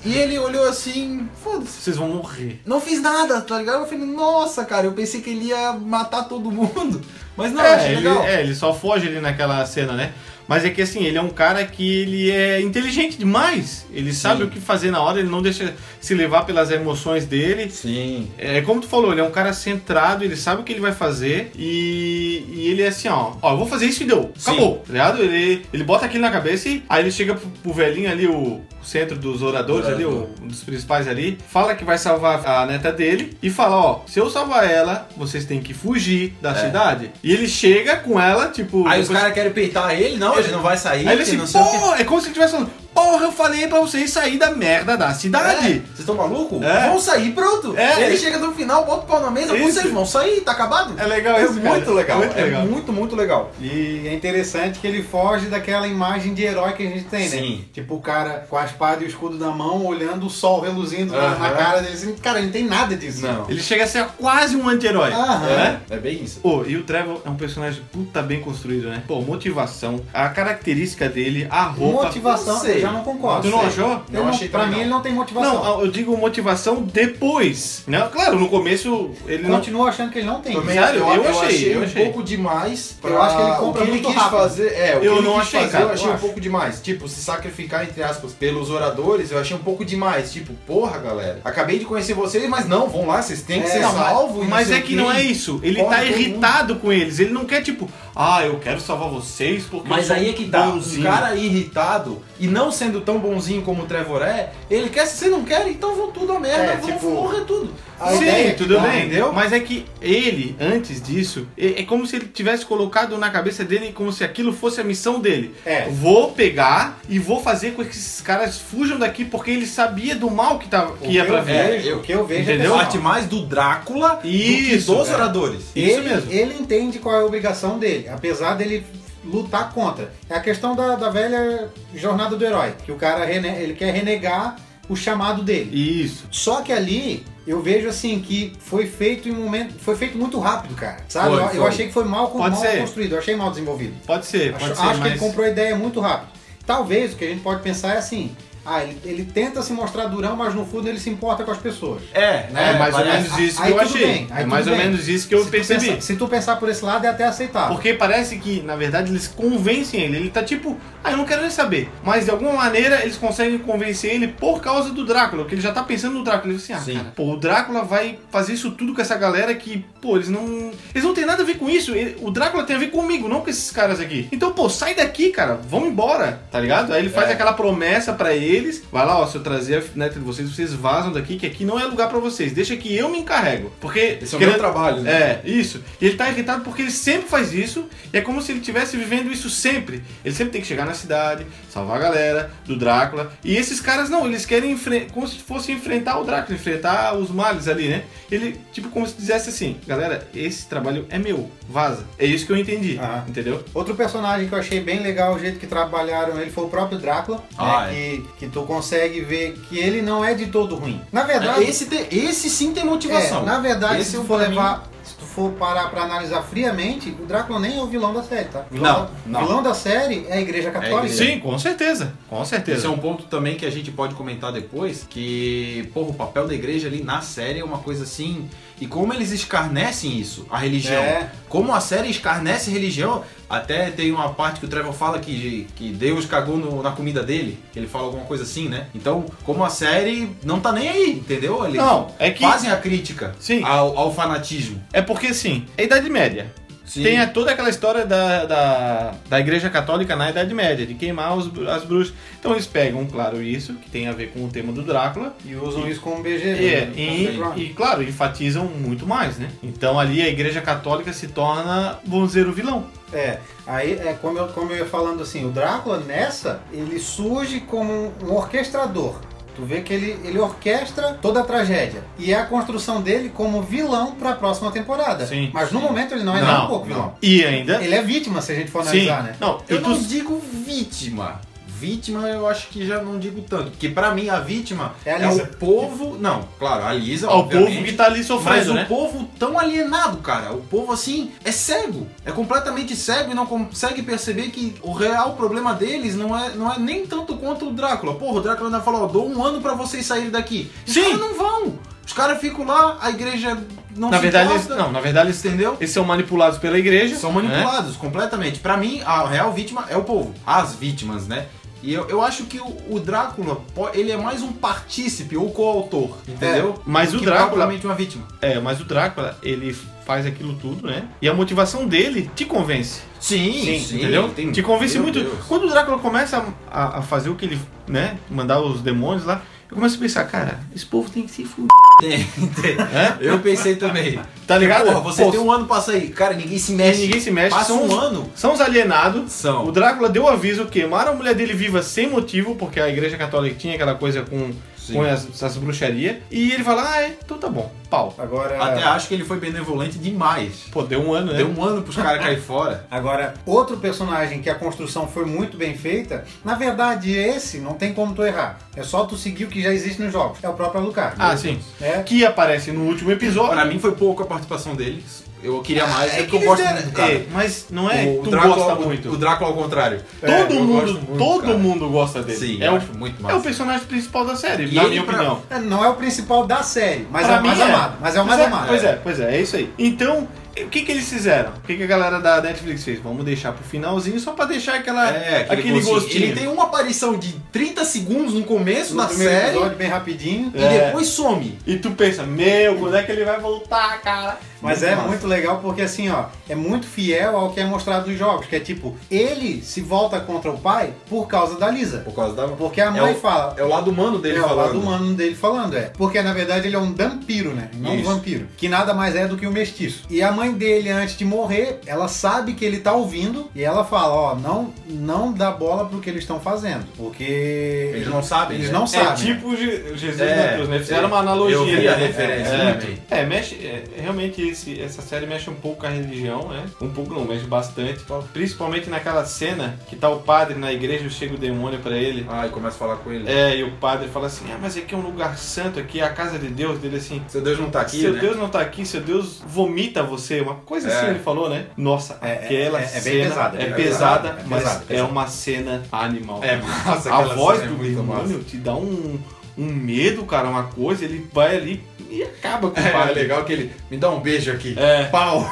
C: e ele olhou assim, foda-se.
D: Vocês vão morrer.
C: Não fiz nada, tá ligado? Eu falei, nossa, cara, eu pensei que ele ia matar todo mundo. Mas não,
D: é,
C: achei
D: ele,
C: legal.
D: é, ele só foge ali naquela cena, né? Mas é que assim, ele é um cara que ele é inteligente demais. Ele sabe o que fazer na hora, ele não deixa se levar pelas emoções dele.
C: Sim.
D: É como tu falou, ele é um cara centrado, ele sabe o que ele vai fazer e, e ele é assim, ó, ó, eu vou fazer isso e deu.
C: Sim.
D: Acabou, tá ligado? Ele, ele bota aquilo na cabeça e aí ele chega pro, pro velhinho ali, o, o centro dos oradores ali, o, um dos principais ali, fala que vai salvar a neta dele e fala, ó, se eu salvar ela, vocês têm que fugir da cidade. E ele chega com ela, tipo...
C: É. Aí os
D: depois-
C: caras querem peitar ele, não, ele não vai sair,
D: Aí ele
C: que
D: assim,
C: não sei o quê.
D: porra, é como se ele estivesse falando, porra, eu falei pra vocês sair da merda da
C: É,
D: cidade.
C: Vocês estão malucos?
D: É.
C: Vão sair, pronto.
D: É.
C: Ele chega no final, bota o pau na mesa,
D: Isso.
C: vocês vão sair, tá acabado?
D: É legal isso, cara.
C: muito legal.
D: Muito
C: é
D: legal.
C: muito, muito legal.
B: E é interessante que ele foge daquela imagem de herói que a gente tem, né?
C: Sim.
B: Tipo o cara com a espada e o escudo na mão, olhando o sol reluzindo na, na
C: Aham.
B: cara dele. assim, Cara, ele não tem nada disso.
C: Não.
D: Ele chega a ser quase um anti-herói.
B: Aham.
D: né?
C: É, é bem isso.
D: Pô, e o Trevor é um personagem puta bem construído, né? Pô, motivação, a característica dele, a roupa.
B: Motivação,
C: não sei.
B: eu já não concordo.
D: Tu não
B: Sei.
D: achou?
B: Eu não- pra mim ele não tem motivação.
D: Não, eu digo motivação depois. Né? Claro, no começo ele
B: ele
D: não.
B: continua achando que ele não tem.
D: Também Sério? Eu achei, eu
C: um
D: achei.
C: pouco demais.
B: Eu
C: pra-
B: acho que ele compra
C: o que ele
B: muito
C: quis
B: rápido.
C: fazer. É, o que
D: Eu
C: ele
D: não
C: quis
D: achei,
C: fazer,
D: cara,
C: eu achei
D: eu
C: um
D: acho.
C: pouco demais. Tipo, se sacrificar, entre aspas, pelos oradores, eu achei um pouco demais. Tipo, porra, galera, acabei de conhecer vocês, mas não, vão lá, vocês têm que
B: É,
C: ser
B: não,
C: salvos. e
D: Mas
C: sei
D: é
C: o
D: que
C: quê.
D: não é isso. Ele
C: Corre
D: tá
C: todo mundo.
D: irritado com eles. Ele não quer, tipo, ah, eu quero salvar vocês porque eu
C: Mas
D: sou
C: aí é que tá,
D: bonzinho."
C: um cara irritado e não sendo tão bonzinho como o Trevor é, ele quer, se vocês não querem, então vão tudo a merda,
B: É,
C: vão
B: tipo,
C: morrer tudo.
B: a
C: Não
D: Sim,
B: ideia é
C: tem,
B: que
D: tudo
B: dá,
D: bem,
C: Entendeu?
D: Mas é que ele, antes disso, é é como se ele tivesse colocado na cabeça dele como se aquilo fosse a missão dele.
B: É.
D: Vou pegar e vou fazer com que esses caras fujam daqui porque ele sabia do mal que, tava,
B: O
D: que ia
B: que
D: pra
B: eu
D: vir.
B: vejo, o que eu vejo é
D: Entendeu?
B: pessoal.
C: Parte mais do Drácula
D: Isso,
C: do que dos
D: cara.
C: oradores.
D: Isso
B: ele,
D: mesmo.
B: ele entende qual é a obrigação dele, apesar dele lutar contra. É a questão da, da velha jornada do herói, que o cara rene- ele quer renegar o chamado dele.
D: Isso.
B: Só que ali eu vejo assim que foi feito em um momento, foi feito muito rápido, cara. Sabe?
C: Foi,
B: eu, eu
C: foi.
B: achei que foi mal, con-
D: Pode
B: mal
D: ser.
B: construído, eu achei mal desenvolvido.
D: Pode ser, pode
B: Acho,
D: ser.
B: acho que
D: mas...
B: ele comprou a ideia muito rápido. Talvez o que a gente pode pensar é assim: ah, ele, ele tenta se mostrar durão, mas no fundo ele se importa com as pessoas.
C: É,
D: É,
C: né,
D: mais ou
C: parece-
D: menos isso que
B: Aí
D: eu
B: tudo
D: achei.
B: bem, aí
D: é
B: tudo
D: mais ou
B: bem.
D: menos isso que eu
B: se Tu
D: percebi.
B: pensar, se tu pensar por esse lado, é até
C: Tá.
B: aceitável.
D: Porque parece que, na verdade, eles convencem ele. Ele tá tipo, ah, eu não quero nem saber. Mas de alguma maneira eles conseguem convencer ele por causa do Drácula, porque ele já tá pensando no Drácula. Ele diz assim,
C: Sim.
D: ah, cara, pô, o Drácula vai fazer isso tudo com essa galera que, pô, eles não. Eles não tem nada a ver com isso. Ele- O Drácula tem a ver comigo, não com esses caras aqui. Então, pô, sai daqui, cara. Vão embora, tá ligado? Aí ele faz
C: É.
D: aquela promessa pra eles. Vai lá, ó, se eu trazer a neta de vocês, vocês vazam daqui, que aqui não é lugar pra vocês. Deixa que eu me encarrego. Porque.
C: Esse é o
D: querendo-
C: meu trabalho, né?
D: é, isso. E ele tá irritado porque ele sempre faz isso e é como se ele estivesse vivendo isso sempre. Ele sempre tem que chegar na cidade, salvar a galera do Drácula. E esses caras não, eles querem enfre- como se fosse enfrentar o Drácula, enfrentar os males ali, né? Ele, tipo, como se dissesse assim: galera, esse trabalho é meu, vaza. É isso que eu entendi,
B: Aham.
D: entendeu?
B: Outro personagem que eu achei bem legal o jeito que trabalharam ele foi o próprio Drácula,
C: Ah,
B: né,
D: é.
B: que, que tu consegue ver que ele não é de todo ruim. Na verdade,
C: Esse, tem- esse sim tem
B: é,
C: motivação.
B: na verdade,
C: Esse
B: se tu
C: pra
B: for
C: mim-
B: levar, se tu for parar pra analisar friamente, o Drácula nem é o vilão da série, tá? O vilão
C: Não,
B: da,
C: não.
B: O vilão da série é a Igreja Católica.
C: igreja.
D: Sim, com certeza, com
C: Esse é
D: certeza.
C: um ponto também que a gente pode comentar depois, que, porra, o papel da igreja ali na série é uma coisa assim. E como eles escarnecem isso, a religião.
B: É.
C: Como a série escarnece religião. Até tem uma parte que o Trevor fala que, que Deus cagou no- na comida dele. Que ele fala alguma coisa assim, né? Então, como a série não tá nem aí, entendeu? Eles
D: Não, é que.
C: fazem a crítica
D: Sim.
C: ao, ao fanatismo.
D: É porque assim, é a Idade Média.
C: Sim.
D: Tem a- toda aquela história da, da, da Igreja Católica na Idade Média, de queimar os bru- as bruxas. Então eles pegam, claro, isso, que tem a ver com o tema do Drácula,
B: E usam isso como BG.
D: é,
B: né?
D: e, e, claro, enfatizam muito mais, né? Então ali a Igreja Católica se torna, vamos dizer, o vilão.
B: É, aí é como eu, como eu ia falando assim, o Drácula nessa, ele surge como um, um orquestrador. Tu vê que ele, ele orquestra toda a tragédia. E é a construção dele como vilão pra próxima temporada.
D: Sim,
B: Mas no
D: sim.
B: momento ele não é nem um pouco vilão.
D: E ainda.
B: Ele é vítima, se a gente for
D: Sim,
B: analisar, né?
D: não, e
C: Eu
D: tu-
C: não digo vítima. Vítima eu acho que já não digo tanto. Porque pra mim a vítima
B: É a
C: é
B: Lisa.
C: o povo. Não, claro, a Lisa.
D: ao
C: obviamente,
D: povo que tá ali
C: Mas
D: sofrendo,
C: o
D: né?
C: povo tão alienado, cara. O povo assim é cego. É completamente cego e não consegue perceber que o real problema deles não é, não é nem tanto quanto o Drácula. Porra, o Drácula ainda falou, ó, dou um ano pra vocês saírem daqui. Os
D: Sim.
C: caras não vão. Os caras ficam lá, a igreja não
D: Na
C: se
D: verdade, eles,
C: importa.
D: não, na verdade eles,
C: Entendeu?
D: eles são manipulados pela igreja.
C: São
D: né?
C: manipulados completamente. Pra mim, a real vítima é o povo. As vítimas, né? E eu, eu acho que o, o Drácula, po- ele é mais um partícipe ou coautor, entendeu?
D: É. Mas o
C: Que
D: Drácula-
C: propriamente uma vítima.
D: É, mas o Drácula, ele faz aquilo tudo, né? E a motivação dele te convence.
C: Sim,
D: entendeu?
C: tem-
D: te convence
C: Meu
D: muito.
C: Deus.
D: Quando o Drácula começa a, a fazer o que ele, né? Mandar os demônios lá, eu começo a pensar, cara, esse povo tem que se fuder.
C: Tem, tem.
D: né?
C: Eu pensei também.
D: Tá ligado?
C: Porra, você
D: Pô,
C: tem um ano pra sair. Cara, ninguém se mexe.
D: Ninguém se mexe,
C: Passa
D: são
C: um
D: os-
C: ano.
D: São os alienados.
C: São.
D: O Drácula deu aviso, queimaram a mulher dele viva sem motivo, porque a igreja católica tinha aquela coisa com,
C: Sim.
D: com as- essas bruxarias. E ele fala, ah, é, então tá bom, pau.
B: Agora,
C: Até acho que ele foi benevolente demais.
D: Pô, deu um ano, né?
C: Deu um ano pros caras cair fora.
B: agora, outro personagem que a construção foi muito bem feita, na verdade é esse não tem como tu errar. É só tu seguir o que já existe nos jogos. É o próprio Alucard.
D: Ah, sim.
B: É.
D: Que aparece no último episódio.
C: então. Pra mim foi pouco a participação deles. Eu queria mais,
B: Ah,
C: é,
B: é
C: porque eu
B: que
C: gosto
B: eles
C: muito do cara.
D: É, mas não é,
C: o
D: tu
C: Drácula,
D: gosta
C: o-
D: muito.
C: O Drácula ao contrário.
D: todo
C: É, eu
D: mundo,
C: gosto muito,
D: todo
C: cara.
D: mundo gosta dele.
C: Sim,
D: é,
C: eu
D: o,
C: acho muito
D: é
C: massa.
D: o personagem principal da série,
C: E
D: na
C: ele
D: minha
C: pra-
D: opinião.
B: É, Não é o principal da série, mas é
D: Pra
B: o mais
D: mim,
B: amado. Mas é o mais
D: pois
B: amado.
D: Pois é, pois é, é isso aí. Então, o que que eles fizeram? O que que a galera da Netflix fez? Vamos deixar pro finalzinho só pra deixar aquela,
C: É, aquele,
D: aquele
C: gostinho.
D: gostinho.
C: Ele tem uma aparição de 30 segundos no começo
B: No
C: da
B: primeiro
C: série
B: episódio, bem rapidinho.
C: e
D: É.
C: depois some.
D: E tu pensa, meu, quando é que ele vai voltar, cara?
B: Mas é
D: massa.
B: muito legal porque assim, ó, é muito fiel ao que é mostrado nos jogos, que é tipo, ele se volta contra o pai por causa da Lisa.
C: Por causa da.
B: Porque a mãe
C: o-
B: fala.
C: É o lado humano dele
B: é o
C: falando.
B: lado humano dele falando, é. Porque na verdade ele é um vampiro, né? Não um
C: Isso.
B: vampiro. Que nada mais é do que um mestiço. E a mãe dele, antes de morrer, ela sabe que ele tá ouvindo e ela fala, ó, não, não dá bola pro que eles estão fazendo. Porque.
C: Eles não sabem.
B: Eles
C: né?
B: não
D: É
B: sabem.
D: tipo Je- Jesus
C: É,
D: na cruz, né? Fizeram
C: é.
D: uma analogia.
C: Eu vi a
D: né?
C: referência
D: É,
C: também.
D: é, é, mexe. é, realmente esse- essa série mexe um pouco com a religião, né? Um pouco não, mexe bastante. Principalmente naquela cena que tá o padre na igreja e chega o demônio pra ele.
C: Ah, e começa a falar com ele.
D: É, e o padre fala assim: Ah, mas aqui é um lugar santo, aqui é a casa de Deus. Dele assim.
C: Seu Deus não tá aqui,
D: seu
C: né?
D: Deus não tá aqui, seu Deus vomita você, uma coisa
C: É.
D: assim ele falou, né? Nossa,
B: É, é,
D: aquela
B: é, é bem
D: cena
B: pesada,
D: é
B: é
D: pesada,
B: pesada, é
D: mas
B: pesada,
D: é
B: pesada.
D: uma cena animal.
C: É, massa,
D: a
C: aquela
D: voz
C: cena
D: do
C: é muito
D: demônio
C: massa.
D: te dá um, um medo, cara, uma coisa, ele vai ali e acaba com o
C: É,
D: padre.
C: legal que ele me dá um beijo aqui.
D: É.
C: Pau.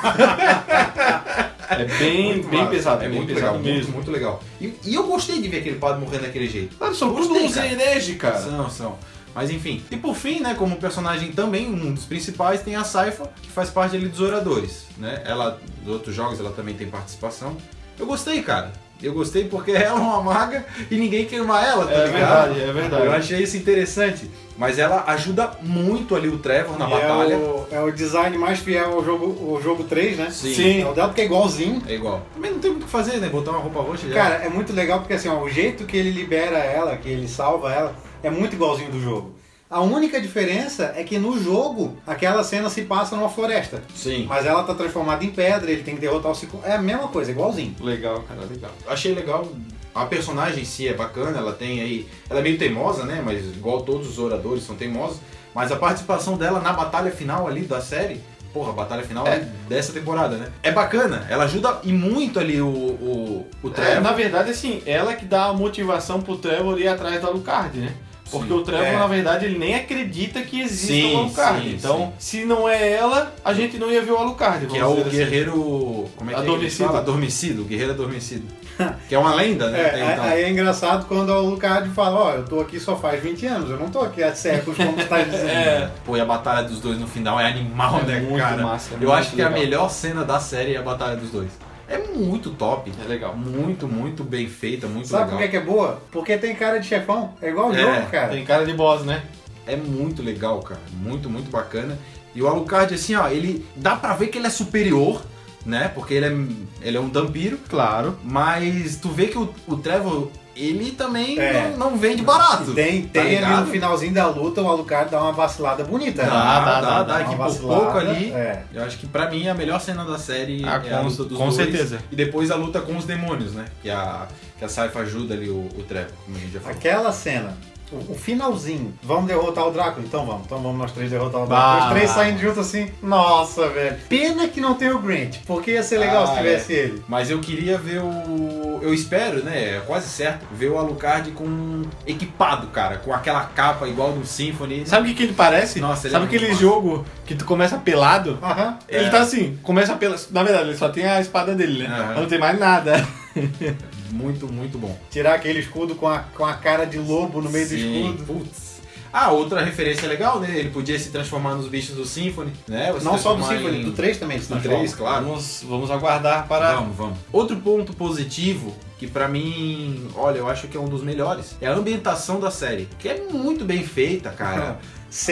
D: É bem,
C: Muito
D: bem
C: massa.
D: pesado,
C: É
D: bem
C: muito
D: pesado
C: legal, muito,
D: mesmo.
C: muito legal. E, e eu gostei de ver aquele padre morrendo daquele jeito.
D: Claro, são
C: Gostei,
D: todos uns
C: cara.
D: herege, cara.
C: São, são. Mas enfim. E por fim, né, como personagem também, um dos principais, tem a Saifa, que faz parte ali dos Oradores, né? Ela, dos outros jogos, ela também tem participação. Eu gostei, cara. Eu gostei porque ela é uma maga e ninguém queima ela, tá
D: É
C: ligado?
D: verdade, é verdade.
C: Eu achei isso interessante. Mas ela ajuda muito ali o Trevor na
B: E
C: batalha.
B: É o, é o design mais fiel ao jogo, ao jogo 3, né?
C: Sim.
B: É o dela porque é igualzinho.
C: É igual. Também não tem muito o que fazer, né? Botar uma roupa roxa já.
B: Cara, é muito legal porque assim, ó, o jeito que ele libera ela, que ele salva ela, é muito igualzinho do jogo. A única diferença é que no jogo aquela cena se passa numa floresta.
C: sim.
B: Mas ela tá transformada em pedra, ele tem que derrotar o ciclo. É a mesma coisa, igualzinho.
D: Legal, cara, legal.
C: Achei legal. A personagem em si é bacana, ela tem aí. Ela é meio teimosa, né? Mas igual todos os oradores são teimosos. Mas a participação dela na batalha final ali da série. Porra, a batalha final é. dessa temporada, né? É bacana, ela ajuda e muito ali o, o, o
D: É,
C: Trevor.
D: na verdade, assim, ela que dá a motivação pro Trevor ir atrás da Lucard, né? Porque o Trevor,
C: É.
D: na verdade, ele nem acredita que existe
C: Sim,
D: um Alucard.
C: sim,
D: então, se não é ela, a gente não ia ver o Alucard.
C: Que
D: vamos
C: é o
D: dizer assim.
C: guerreiro. Como é que é que eles
D: Adormecido.
C: falam? Adormecido, o guerreiro adormecido. que é uma lenda, né?
B: É,
C: até então.
B: aí é engraçado quando o Lucard fala, ó, eu tô aqui só faz 20 anos, eu não tô aqui há séculos, como tu tá dizendo.
D: É,
C: Pô, e a batalha dos dois no final é animal,
D: É
C: né,
D: muito
C: cara?
D: massa, é
C: Eu
D: muito
C: acho que a
D: legal.
C: melhor cena da série é a batalha dos dois. É muito top.
D: é legal.
C: Muito, muito bem feita, muito
B: Sabe por
C: legal.
B: que que é boa? Porque tem cara de chefão, é igual o
C: É,
B: jogo, cara.
D: Tem cara de boss, né?
C: É muito legal, cara. Muito, muito bacana. E o Alucard, assim, ó, ele dá pra ver que ele é superior, né? Porque ele é, ele é um vampiro.
D: Claro.
C: Mas tu vê que o, o Trevor, ele também
B: É.
C: não, não vende barato.
B: Tem,
C: tá
B: tem ali
C: ligado?
B: no finalzinho da luta, o Alucard dá uma vacilada bonita. né?
C: Dá, dá, dá,
B: Dá
C: dá,
B: uma
C: que por
B: vacilada,
C: pouco ali.
B: é.
C: Eu acho que pra mim a melhor cena da série
D: Ah,
C: é a
D: com-
C: luta dos
D: com
C: dois.
D: certeza.
C: E depois a luta com os demônios, né? Que a, que a Saifa ajuda ali o, o Trevor, como a gente já falou.
B: Aquela cena, o, o finalzinho, vamos derrotar o Drácula? Então vamos, então vamos nós três derrotar o
D: Bah.
B: Drácula. Os três saindo juntos assim, nossa, velho. Pena que não tem o Grant, porque ia ser legal
C: Ah,
D: é.
B: se tivesse ele.
C: Mas eu queria ver o. Eu espero, né? É quase certo. Ver o Alucard com. equipado, cara. Com aquela capa igual do Symphony.
D: Sabe o que, que ele parece?
C: Nossa, ele
D: Sabe
C: é muito
D: aquele
C: massa.
D: jogo que tu começa pelado?
B: Aham.
C: É.
D: Ele tá assim, começa pela. Na verdade, ele só tem a espada dele, né?
C: Aham.
D: Mas Não tem mais nada.
C: Muito, muito bom.
B: Tirar aquele escudo com a, com a cara de lobo no meio
C: Sim,
B: do escudo.
C: Putz. Ah, outra referência legal, né? Ele podia se transformar nos bichos do Symphony, né?
B: Não só do 5,
C: Symphony,
B: do 3 também, se não
C: Do 3, claro.
D: Vamos, vamos aguardar para.
C: Vamos, vamos. Outro ponto positivo, que pra mim, olha, eu acho que é um dos melhores, é a ambientação da série, que é muito bem feita, cara.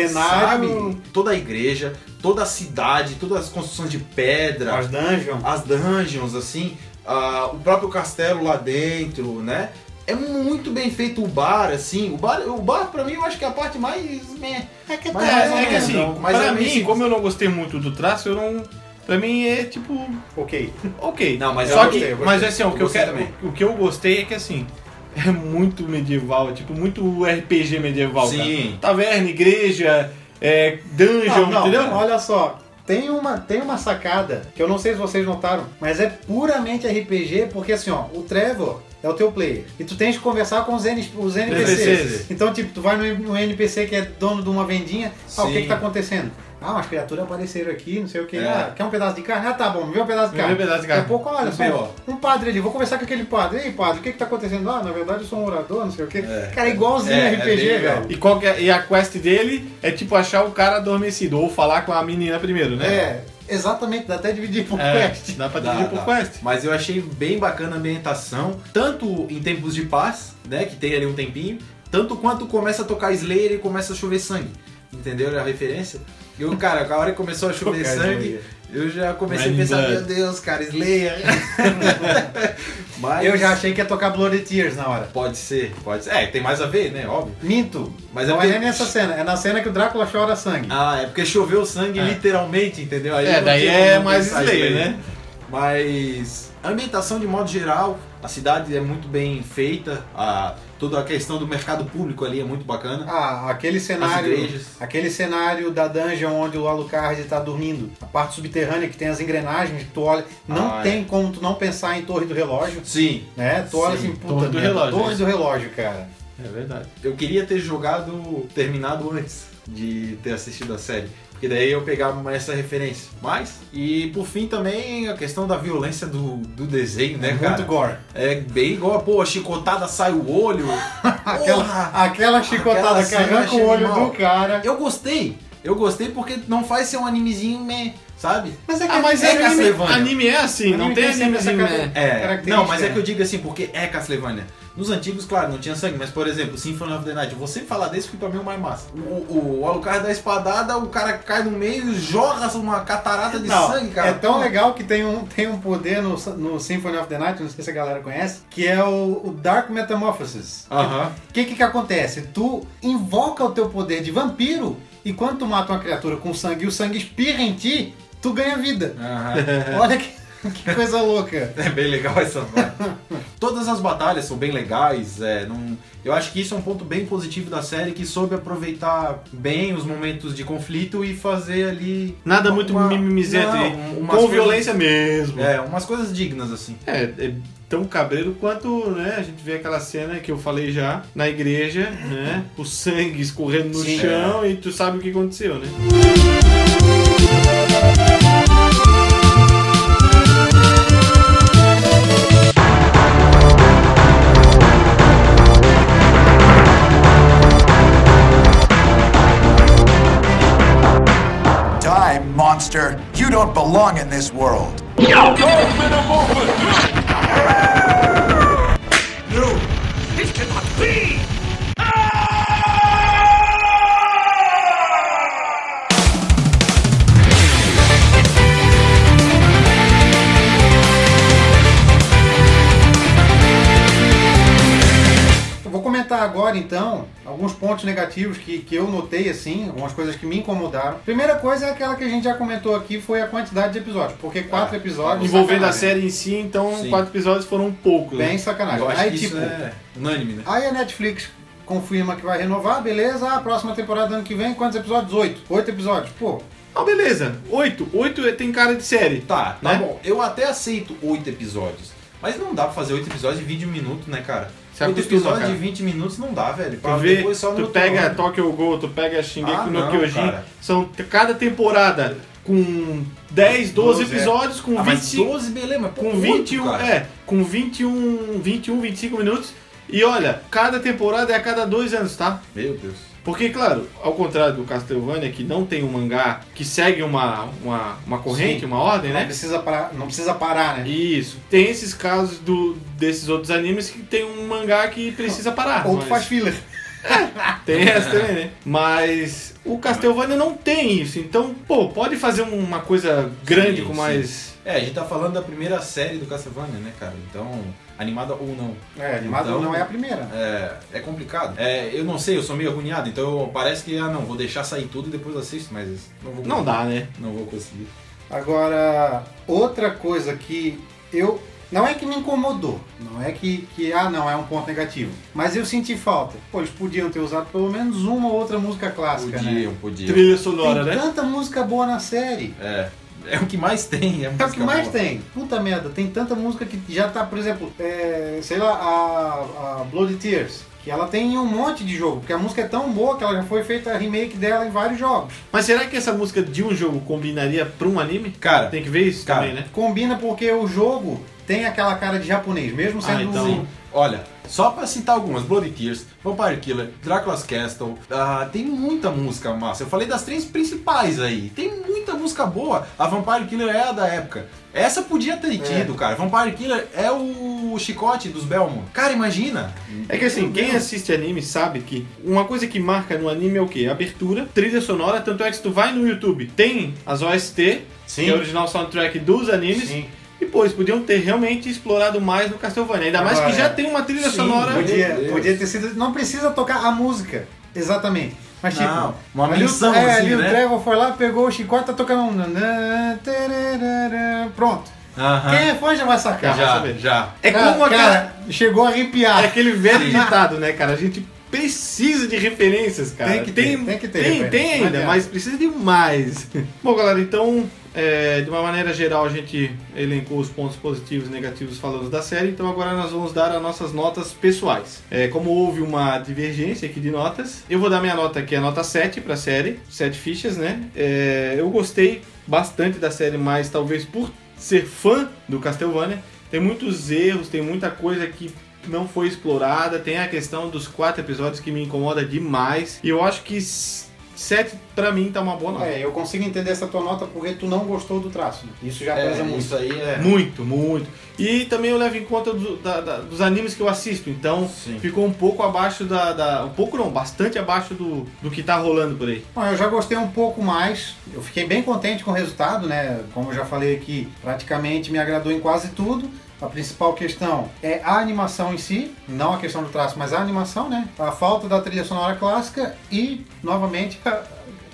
B: Cenário,
C: Sabe? Toda a igreja, toda a cidade, todas as construções de pedra,
B: as dungeons.
C: as dungeons, assim, ah, o próprio castelo lá dentro, né? É muito bem feito o bar, assim. O bar, o bar pra mim, eu acho que é a parte mais. meh.
B: É que
C: Mas
D: É,
C: não,
D: é que assim,
C: não, mas
D: pra
C: é
D: mim,
C: bem-
D: como eu não gostei muito do traço, eu não. Pra mim é tipo.
B: Ok.
D: Ok.
C: Não, mas eu
D: Só que,
B: gostei, eu gostei.
D: mas assim, ó, o que eu,
C: Gostei
D: quero,
C: também.
D: o, o que eu gostei é que assim, é muito medieval, é tipo muito RPG medieval,
C: Sim.
D: cara. Taverna, igreja, é, dungeon,
B: Não, não,
D: entendeu?
B: Olha só, tem uma, tem uma sacada que eu não sei se vocês notaram, mas é puramente RPG, porque assim, ó, o Trevor é o teu player. E tu tens que conversar com os, N- os NPCs.
D: NPCs.
B: Então, tipo, tu vai no, no NPC que é dono de uma vendinha, ah, o que
C: Sim.
B: que tá acontecendo? Ah, umas criaturas apareceram aqui, não sei o que.
C: É.
B: Ah, quer um pedaço de carne? Ah, tá bom, me vê um pedaço de
D: Me vê
B: carne.
D: um pedaço de
B: Daqui a
D: carne.
B: pouco, olha
C: Um
B: só,
C: PO.
B: um padre ali, vou conversar com aquele padre. Ei, padre, o que que tá acontecendo? Ah, na verdade eu sou um orador, não sei o que.
C: É.
B: Cara, é igualzinho
C: É, é
B: RPG,
C: bem legal.
B: velho.
D: E, qual que é- e a quest dele é tipo achar o cara adormecido ou falar com a menina primeiro, né?
B: É, exatamente, dá até dividir por
D: É,
B: quest.
D: dá pra
C: Dá,
D: dividir por
C: dá.
D: quest.
C: Mas eu achei bem bacana a ambientação, tanto em tempos de paz, né, que tem ali um tempinho, tanto quanto começa a tocar Slayer e começa a chover sangue. Entendeu a referência? Eu, cara, a hora que começou a chover
B: Tocar
C: sangue,
B: Slayer.
C: eu já comecei
D: Red
C: a pensar,
D: Blood.
C: meu Deus, cara, Slayer. Mas
B: Eu já achei que ia tocar Blood Tears na hora.
C: pode ser, pode ser. É, tem mais a ver, né, óbvio.
B: Minto.
C: Mas é
B: não é,
C: porque-
B: nem nessa cena, é na cena que o Drácula chora sangue.
C: Ah, é porque choveu sangue
D: É.
C: literalmente, entendeu? Aí
D: É,
C: não
D: daí
C: tinha
D: é
C: como
D: mais
C: pensar
D: Slayer,
C: Slayer.
D: né?
C: Mas a ambientação de modo geral, a cidade é muito bem feita, a, toda a questão do mercado público ali é muito bacana.
B: Ah, aquele
C: As
B: cenário.
C: igrejas.
B: Aquele cenário da dungeon onde o Alucard tá dormindo. A parte subterrânea que tem as engrenagens que tu olha. Não
C: Ah, é.
B: tem como tu não pensar em Torre do Relógio,
C: Sim,
B: né? Tu olha
C: Sim,
B: assim, puta.
D: Torre do
B: merda,
D: Relógio,
B: Torre
D: isso.
B: do Relógio, cara.
D: É verdade.
C: eu queria ter jogado, terminado antes de ter assistido a série. Porque daí eu pegava essa referência. Mas, e por fim também a questão da violência do, do desenho,
D: É
C: né, cara?
B: Muito gore.
C: É bem igual, pô, a chicotada sai o olho. Porra!
B: Aquela, aquela chicotada
C: Aquela
B: que
C: cena
B: arranca o
C: achei
B: olho
C: animal.
B: do cara.
C: Eu gostei. Eu gostei porque não faz ser um animezinho, meh, sabe?
B: Mas é
D: Ah, mas é
C: é
D: anime,
C: Castlevania.
D: anime é assim, não
B: Anime tem
D: tem anime
B: sempre
D: assim,
B: essa
D: né?
B: cara-
C: É.
B: Característica,
C: Não, mas é
B: né?
C: que eu digo assim, porque é Castlevania. Nos antigos, claro, não tinha sangue, mas por exemplo, Symphony of the Night, eu vou sempre falar desse porque pra mim é o mais massa. O, o, o Alucard dá a espadada, o cara cai no meio e jorra uma catarata de
B: Não,
C: sangue, cara.
B: É tão legal que tem um, tem um poder no, no Symphony of the Night, não sei se a galera conhece, que é o, o Dark Metamorphosis.
C: Aham.
B: O que, que que acontece? Tu invoca o teu poder de vampiro e quando tu mata uma criatura com sangue e o sangue espirra em ti, tu ganha vida.
C: Aham.
B: Olha que. Que coisa louca.
C: É bem legal essa vibe. Todas as batalhas são bem legais. é, não- Eu acho que isso é um ponto bem positivo da série, que soube aproveitar bem os momentos de conflito e fazer ali...
D: Nada muito
C: uma-
D: mimimizento,
C: Não,
D: hein?
C: umas
D: com
C: coisas-
D: violência mesmo.
C: É, umas coisas dignas, assim.
D: É, é tão cabreiro quanto, né? A gente vê aquela cena que eu falei já na igreja, né?
C: Uhum.
D: O sangue escorrendo no
B: Sim.
D: chão e tu sabe o que aconteceu, né?
E: Die, monster. You don't belong in this world.
B: Eu vou comentar agora então alguns pontos negativos que, que eu notei assim, algumas coisas que me incomodaram. Primeira coisa é aquela que a gente já comentou aqui, foi a quantidade de episódios, porque quatro
C: Ah,
B: episódios
D: Envolvendo a
B: sacanagem.
D: série em si, então
C: Sim.
D: quatro episódios foram poucos. né?
B: bem sacanagem.
C: Eu acho
B: Aí
C: que
B: tipo,
C: isso é unânime, né?
B: aí a Netflix confirma que vai renovar, beleza? A próxima temporada do ano que vem, quantos episódios? Oito. Oito episódios. Pô,
D: Ah, beleza. Oito. Oito é- tem cara de série.
C: Tá, tá
D: Né?
C: bom. Eu até aceito oito episódios. Mas não dá pra fazer oito episódios de 20 minutos, né, cara?
D: Se
C: Oito
D: acostuma,
C: episódios
D: é cara.
C: de 20 minutos não dá, velho.
D: Tu
C: Pra
D: vê,
C: depois só no
D: tu
C: outro
D: pega
C: ano.
D: Tokyo Ghoul, tu pega Shingeki
C: Ah,
D: no
C: não,
D: Kyojin.
C: cara.
D: São cada temporada com 10, 12
C: Doze, é.
D: episódios, com
C: Ah, mas
D: 25
C: 12, beleza, mas
D: com
C: oito,
D: 21,
C: cara.
D: é, com 21, 21, 25 minutos. E olha, cada temporada é a cada dois anos, tá?
C: Meu Deus.
D: Porque, claro, ao contrário do Castlevania, que não tem um mangá que segue uma, uma, uma corrente,
B: Sim.
D: uma ordem,
B: não
D: né?
B: precisa parar, não precisa parar, né?
D: Isso. Tem esses casos do, desses outros animes que tem um mangá que precisa parar.
B: Ou tu
D: mas-
B: faz filler.
D: Tem essa também, né? Mas o Castlevania não tem isso. Então, pô, pode fazer uma coisa grande
C: Sim,
D: com
C: sim.
D: mais...
C: É, a gente tá falando da primeira série do Castlevania, né, cara? Então, animada ou não.
B: É, animado
C: Então-
B: não é a primeira.
C: É, é complicado. É, eu não sei, eu sou meio agoniado, então eu- parece que, ah, não, vou deixar sair tudo e depois assisto, mas não vou
D: Não dá, né?
C: Não vou conseguir.
B: Agora, outra coisa que eu. Não é que me incomodou, não é que, que, ah, não, é um ponto negativo. Mas eu senti falta. Pô, eles podiam ter usado pelo menos uma ou outra música clássica, né?
C: Podiam, podiam.
D: Trilha sonora,
B: Tem
D: né?
B: tanta música boa na série.
C: É, é o que mais tem. É,
B: É
C: música
B: o que mais
C: boa.
B: tem. Puta merda, tem tanta música que já tá, por exemplo, é, sei lá, a, a Blood Tears, que ela tem em um monte de jogo, porque a música é tão boa que ela já foi feita a remake dela em vários jogos.
D: Mas será que essa música de um jogo combinaria pra um anime?
C: Cara,
D: Tem que ver isso
C: Cara,
D: também, né?
B: Combina porque o jogo tem aquela cara de japonês, mesmo sendo um-
D: Ah, então-
C: Olha, só pra citar algumas, Bloody Tears, Vampire Killer, Dracula's Castle, ah, tem muita música massa. Eu falei das três principais aí, tem muita música boa. A Vampire Killer é a da época. Essa podia ter tido, cara. Vampire Killer é o chicote dos Belmont. Cara, imagina.
D: É que assim, quem assiste anime sabe que uma coisa que marca no anime é o quê? Abertura, trilha sonora, tanto é que se tu vai no YouTube, tem as OST,
B: Sim.
D: que é o original soundtrack dos animes,
B: Sim.
D: e pô, eles podiam ter realmente explorado mais no Castlevania. Ainda mais que
B: Agora,
D: já tem uma trilha
C: sim,
D: sonora.
C: Meu
B: Podia,
C: Deus.
B: podia ter sido. Não precisa tocar a música, exatamente. Mas tipo.
C: Não, uma
B: ali o-
C: menção,
B: é,
C: assim,
B: ali
C: né?
B: o Trevor foi lá, pegou o chicote, tá tocando um. nanã, tararara, Pronto.
C: Aham.
B: Quem é fã já vai sacar.
D: vai
C: Ah. Já,
D: saber.
C: já.
D: É
B: Cara,
D: como aquela-
B: cara, chegou a arrepiar.
D: É aquele velho
C: Sim.
D: ditado, né, cara? A gente precisa de referências, cara.
B: Tem que ter, tem que ter
D: Tem,
B: referência.
D: tem
B: Não
D: ainda,
B: adianta.
D: mas precisa de mais. Bom, galera, então, é, de uma maneira geral, a gente elencou os pontos positivos e negativos falando da série. Então, agora nós vamos dar as nossas notas pessoais. É, como houve uma divergência aqui de notas, eu vou dar minha nota aqui, a nota 7 pra série, 7 fichas, né? É, eu gostei bastante da série, mas talvez por ser fã do Castlevania, tem muitos erros, tem muita coisa que não foi explorada, tem a questão dos quatro episódios que me incomoda demais. E eu acho que s- sete pra mim tá uma boa nota.
B: É, eu consigo entender essa tua nota porque tu não gostou do traço. né? Isso já
C: É,
B: pesa muito.
C: isso aí é.
D: Muito, muito. E também eu levo em conta do- da- da- dos animes que eu assisto, então
C: Sim.
D: ficou um pouco abaixo da, da- Um pouco não, bastante abaixo do, do que tá rolando por aí.
B: Bom, eu já gostei um pouco mais. Eu fiquei bem contente com o resultado, né? Como eu já falei aqui, praticamente me agradou em quase tudo. A principal questão é a animação em si, não a questão do traço, mas a animação, né? A falta da trilha sonora clássica e, novamente, a-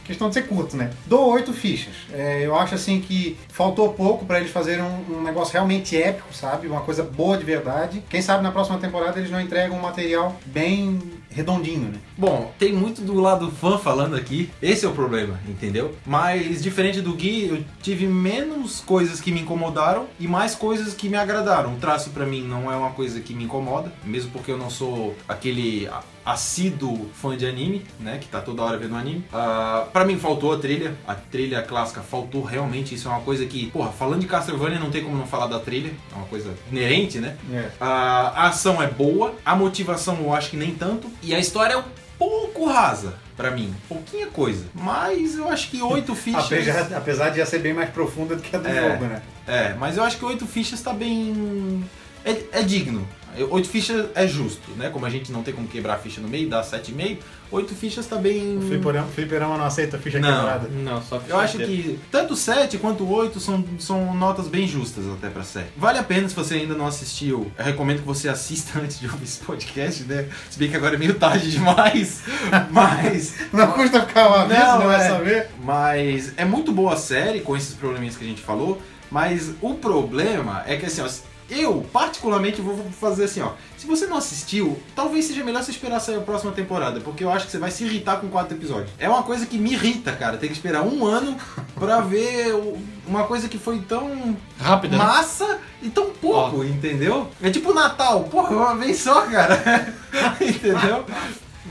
B: questão de ser curto, né? Dou oito fichas. É, eu acho assim que faltou pouco pra eles fazerem um, um negócio realmente épico, sabe? Uma coisa boa de verdade. Quem sabe na próxima temporada eles não entregam um material bem redondinho, né?
C: Bom, tem muito do lado fã falando aqui. Esse é o problema, entendeu? Mas diferente do Gui, eu tive menos coisas que me incomodaram e mais coisas que me agradaram. O traço pra mim não é uma coisa que me incomoda, mesmo porque eu não sou aquele a- assíduo fã de anime, né, que tá toda hora vendo anime. Ah, Pra mim faltou a trilha, a trilha clássica faltou realmente, isso é uma coisa que, porra, falando de Castlevania não tem como não falar da trilha, é uma coisa inerente, né?
B: É.
C: A ação é boa, a motivação eu acho que nem tanto, e a história é um pouco rasa pra mim. Pouquinha coisa. Mas eu acho que oito fichas.
B: Apesar, apesar de já ser bem mais profunda do que a do
C: É.
B: jogo, né?
C: É, mas eu acho que oito fichas tá bem. É, é digno. Eu- Oito fichas é justo, né? Como a gente não tem como quebrar a ficha no meio, dá sete e meio. Oito fichas tá bem.
B: O fliperama, fliperama não aceita ficha
C: Não.
B: quebrada.
D: Não, só
C: Eu acho que tanto 7 quanto 8 são, são notas bem justas até pra série. Vale a pena se você ainda não assistiu. Eu recomendo que você assista antes de ouvir esse podcast, né? Se bem que agora é meio tarde demais. Mas.
B: Não custa ficar uma vez,
C: Não,
B: não, vai
C: é.
B: saber.
C: Mas é muito boa a série com esses probleminhas que a gente falou. Mas o problema é que assim, ó. Eu, particularmente, vou fazer assim, ó. Se você não assistiu, talvez seja melhor você esperar sair a próxima temporada, porque eu acho que você vai se irritar com quatro episódios. É uma coisa que me irrita, cara. Tem que esperar um ano pra ver o- uma coisa que foi tão
D: Rápido. né?
C: massa e tão pouco, entendeu? É tipo Natal, porra, uma vez só, cara. entendeu?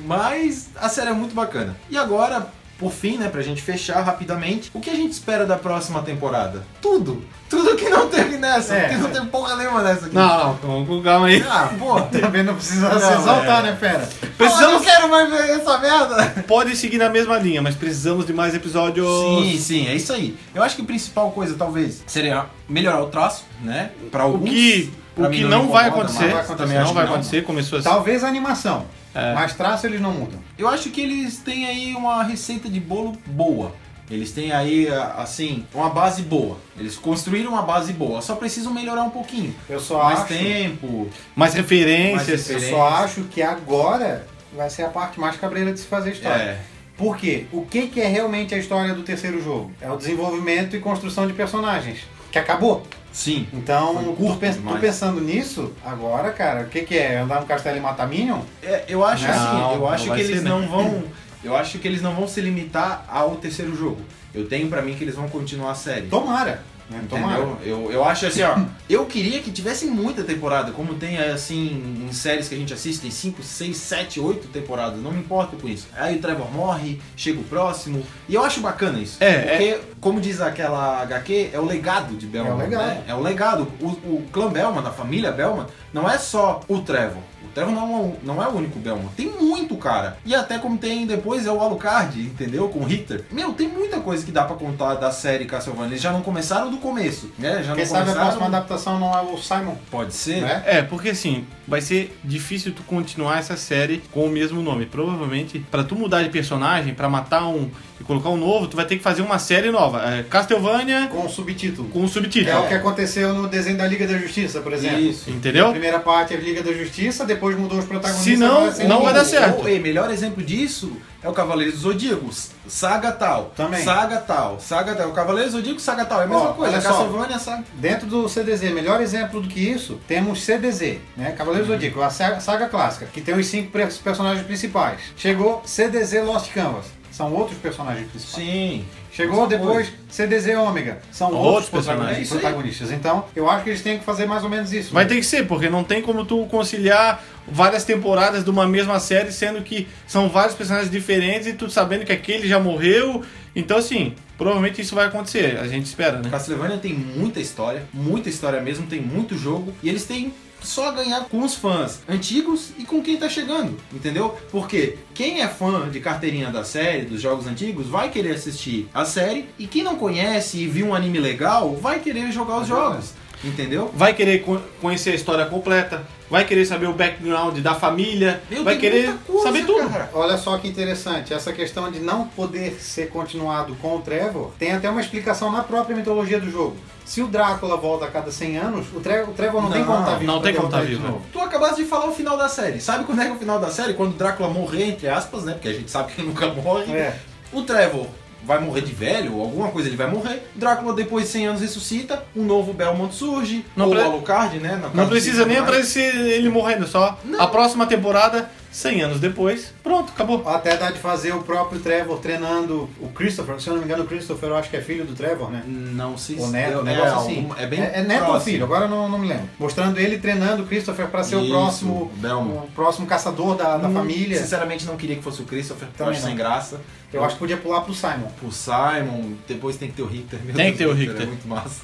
C: Mas a série é muito bacana. E agora, por fim, né, pra gente fechar rapidamente, o que a gente espera da próxima temporada? Tudo! Tudo que não teve nessa,
B: É.
C: porque não teve porra nenhuma nessa aqui.
D: Não, não, vamos calma aí.
C: Ah, porra.
B: Também não precisa
C: Não,
B: se exaltar, né, fera?
C: Precisamos... Eu não
D: Precisamos.
C: quero mais ver essa merda!
D: Pode seguir na mesma linha, mas precisamos de mais episódios.
C: Sim, sim, é isso aí. Eu acho que a principal coisa, talvez, seria melhorar o traço, né? Pra
D: O
C: alguns.
D: que,
C: Pra
D: o
C: mim
D: que
C: não
D: não,
C: me
D: vai
C: incomoda,
D: acontecer.
B: mas vai acontecer.
D: Também não
B: Acho
D: vai
B: que não.
D: acontecer, começou assim.
B: Talvez a animação,
C: É.
B: mas traço eles não mudam.
C: Eu acho que eles têm aí uma receita de bolo boa. Eles têm aí, a- assim, uma base boa. Eles construíram uma base boa. Só precisam melhorar um pouquinho.
B: Eu só
C: mais
B: acho...
C: tempo.
D: Mais referências.
C: Mais
B: Eu só
C: Diferença.
B: acho que agora vai ser a parte mais cabreira de se fazer história.
C: É.
B: Por quê? O que, que é realmente a história do terceiro jogo? É o desenvolvimento e construção de personagens. Que acabou.
C: Sim. Foi
B: Então,
C: curto
B: tu pens-
C: demais.
B: tu pensando nisso, agora, cara, o que, que é? Andar no castelo e matar Minion?
C: É, eu acho
D: Não,
C: assim, eu
D: não
C: acho
D: vai
C: que
D: ser,
C: eles
D: né?
C: não vão. Eu acho que eles não vão se limitar ao terceiro jogo. Eu tenho pra mim que eles vão continuar a série.
B: Tomara. Né? Tomara.
C: Entendeu? Eu, eu acho assim, ó. Eu queria que tivesse muita temporada, como tem assim em séries que a gente assiste, tem 5, 6, 7, 8 temporadas, não me importo com isso. Aí o Trevor morre, chega o próximo, e eu acho bacana isso.
D: É,
C: Porque, como diz aquela HQ, é o legado de Belma.
B: É o legado.
C: Né? É o legado. O, o clã Belma, da família Belma, não é só o Trevor. O Trevor não é, o- não é o único Belma. Tem muito, cara. E até como tem depois é o Alucard, entendeu? Com o Ritter. Meu, tem muita coisa que dá pra contar da série Castlevania. Eles já não começaram do começo, né? Já não
B: Quem sabe a
C: começaram...
B: próxima adaptação não é o Simon,
C: Pode ser.
B: né?
D: É, porque assim, vai ser difícil tu continuar essa série com o mesmo nome. Provavelmente, pra tu mudar de personagem, pra matar um e colocar um novo, tu vai ter que fazer uma série nova. É, Castlevania
B: Com o subtítulo.
D: com
B: É
D: subtítulo.
B: o que aconteceu no desenho da Liga da Justiça, por exemplo.
C: Isso.
B: A
D: Entendeu?
B: primeira parte é Liga da Justiça, depois mudou os protagonistas.
D: Se não,
B: agora sem
D: não
B: ninguém.
D: vai dar certo.
C: Ou, ei, melhor exemplo disso é o Cavaleiro do Zodíaco, s- saga tal.
B: Também.
C: Saga tal, saga tal. É O Cavaleiro do Zodíaco, saga tal. É a mesma
B: Ó,
C: coisa.
B: olha só.
C: Castlevania, saga.
B: Dentro do CDZ, melhor exemplo do que isso, temos CDZ, né? Cavaleiro do Zodíaco, a sa- saga clássica, que tem os cinco pre- personagens principais. Chegou CDZ Lost Canvas, são outros personagens principais.
C: Sim.
B: Chegou
C: Outra
B: depois CDZ Ômega, são
D: Outros
B: outros,
D: personagens.
C: É
B: personagens
C: isso aí.
B: protagonistas. Então, eu acho que eles têm que fazer mais ou menos isso.
D: Vai
B: né?
D: ter que ser, porque não tem como tu conciliar várias temporadas de uma mesma série, sendo que são vários personagens diferentes e tu sabendo que aquele já morreu. Então, assim, provavelmente isso vai acontecer. A gente espera, né?
C: Castlevania tem muita história, muita história mesmo, tem muito jogo e eles têm só a ganhar com os fãs antigos e com quem tá chegando, entendeu? Porque quem é fã de carteirinha da série, dos jogos antigos, vai querer assistir a série e quem não conhece e viu um anime legal, vai querer jogar
D: É
C: os jogos, entendeu?
D: Vai querer co- conhecer a história completa, vai querer saber o background da família,
C: Meu,
D: vai
C: tem
D: querer
C: muita coisa,
D: saber tudo.
C: cara.
B: Olha só que interessante, essa questão de não poder ser continuado com o Trevor tem até uma explicação na própria mitologia do jogo. Se o Drácula volta a cada 100 anos, o, Tre- o Trevor não, tem
C: Não,
B: como estar vivo.
D: não
B: pra
D: tem como tá
B: derrotar ele de
D: vivo,
B: novo.
C: Tu acabaste de falar o final da série. Sabe quando é que é o final da série? Quando o Drácula morrer, entre aspas, né? Porque a gente sabe que ele nunca morre.
B: É.
C: O Trevor vai morrer de velho, ou alguma coisa, ele vai morrer. Drácula, depois de 100 anos, ressuscita, um novo Belmont surge,
D: Não
C: ou
D: pre-
C: o Alucard, né? no caso
D: Não
C: de
D: precisa nem
C: Silver Knight.
D: aparecer ele morrendo, só a próxima temporada, 100 anos depois, pronto, acabou.
B: Até dá de fazer o próprio Trevor treinando o Christopher. Se eu não me engano, o Christopher eu acho que é filho do Trevor, né?
C: Não sei
B: O neto,
C: é,
B: um negócio
C: é,
B: assim.
C: algum- é bem
B: é, é neto ou
C: próximo.
B: filho, agora eu não, não me lembro. Mostrando ele treinando o Christopher pra ser o
C: Isso,
B: próximo
C: Belmont.
B: o próximo caçador da, da
C: Hum,
B: família.
C: Sinceramente, não queria que fosse o Christopher, porque eu
B: Também
C: acho sem
B: não.
C: graça.
B: Eu acho que podia pular pro Simon.
C: pro Simon, depois tem que ter o Richter mesmo.
D: Tem que ter o Richter.
C: É muito massa.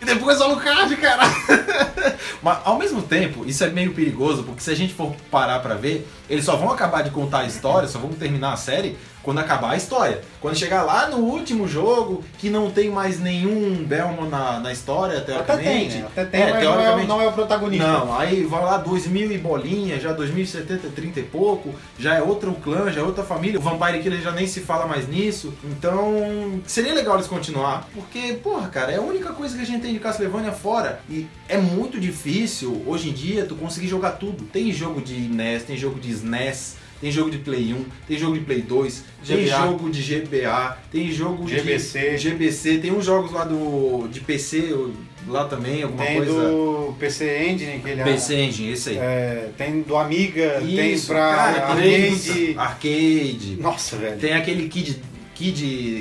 C: E depois o Alucard, cara! Mas ao mesmo tempo, isso é meio perigoso, porque se a gente for parar pra ver, eles só vão acabar de contar a história, só vão terminar a série quando acabar a história. Quando chegar lá no último jogo, que não tem mais nenhum Belmont na, na história,
B: Até tem,
C: teoricamente.
B: né? Até tem,
C: É,
B: mas não é, o-
C: teoricamente-
B: não é o protagonista.
C: não, aí vai lá 2000 e bolinha, já 2070, 30 e pouco, já é outro clã, já é outra família. O Vampire Killer já nem se fala mais nisso. Então, seria legal eles continuar, porque, porra, cara, é a única coisa que a gente tem de Castlevania fora. E é muito difícil, hoje em dia, tu conseguir jogar tudo. Tem jogo de NES, tem jogo de SNES. Tem jogo de Play 1, tem jogo de Play 2, tem
D: GBA.
C: jogo de GBA, tem jogo
B: GBC.
C: de GBC, tem uns jogos lá do de PC lá também, alguma
B: Tem
C: coisa.
B: do PC Engine, que ele
C: PC Engine, esse aí.
B: é, Tem do Amiga, tem
C: Isso,
B: pra
C: cara,
B: arcade.
C: nossa, Arcade.
B: Nossa, velho.
C: Tem aquele Kid. Kid.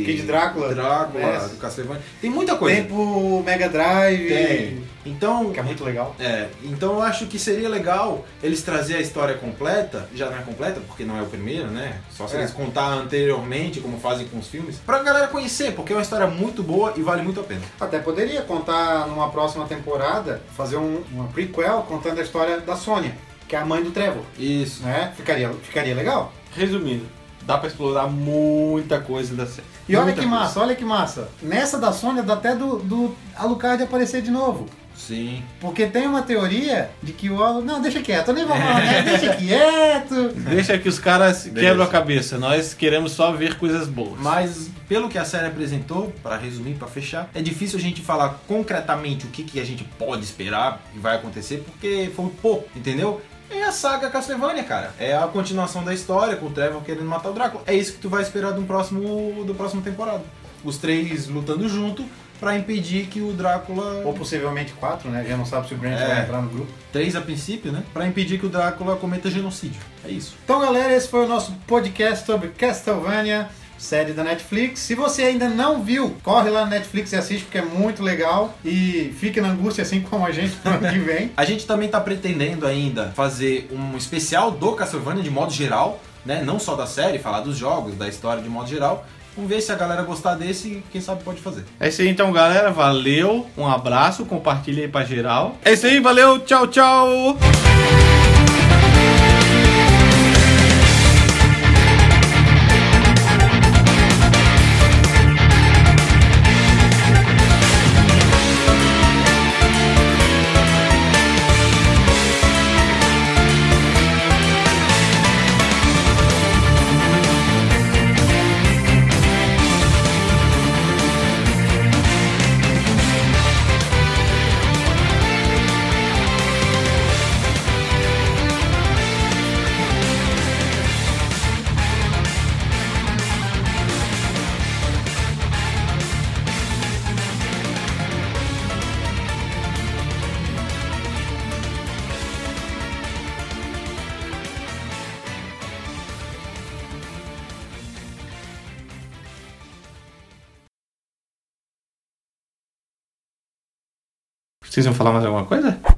B: Kid Drácula.
C: Drácula,
B: É.
C: do Castlevania. Tem muita coisa.
B: Tem pro Mega Drive.
C: Tem. Então.
B: Que é muito legal.
C: É, então eu acho que seria legal eles trazer a história completa, já não é completa, porque não é o primeiro, né? Só se
B: É.
C: eles contar anteriormente, como fazem com os filmes, pra galera conhecer, porque é uma história muito boa e vale muito a pena.
B: Até poderia contar numa próxima temporada, fazer um, uma prequel contando a história da Sônia, que é a mãe do Trevor.
C: Isso.
B: Né? Ficaria, ficaria legal.
D: Resumindo, dá pra explorar muita coisa da série.
B: E olha
D: Muita
B: que
D: coisa.
B: massa, olha que massa. Nessa da Sônia dá até do, do Alucard aparecer de novo.
C: Sim.
B: Porque tem uma teoria de que o Alu... Não, deixa quieto, eu nem vou falar, né? Deixa quieto.
D: Deixa que os caras
C: Beleza.
D: quebram a cabeça, nós queremos só ver coisas boas.
C: Mas pelo que a série apresentou, pra resumir, pra fechar, é difícil a gente falar concretamente o que, que a gente pode esperar que vai acontecer, porque foi pouco, entendeu? É a saga Castlevania, cara. É a continuação da história com o Trevor querendo matar o Drácula. É isso que tu vai esperar do próximo do próximo temporada. Os três lutando junto pra impedir que o Drácula
B: Ou possivelmente quatro, né? Já não sabe se o Grant
C: É.
B: vai entrar no grupo.
C: três a princípio, né? Pra impedir que o Drácula cometa genocídio. É isso.
B: Então, galera, esse foi o nosso podcast sobre Castlevania, série da Netflix. Se você ainda não viu, corre lá na Netflix e assiste, porque é muito legal. E fique na angústia, assim como a gente, pro ano que vem.
C: A gente também tá pretendendo ainda fazer um especial do Castlevania de modo geral, né? Não só da série, falar dos jogos, da história de modo geral. Vamos ver se a galera gostar desse e quem sabe pode fazer.
D: É isso aí então, galera. Valeu, um abraço, compartilha aí pra geral. É isso aí, valeu, tchau, tchau! Vocês vão falar mais alguma coisa?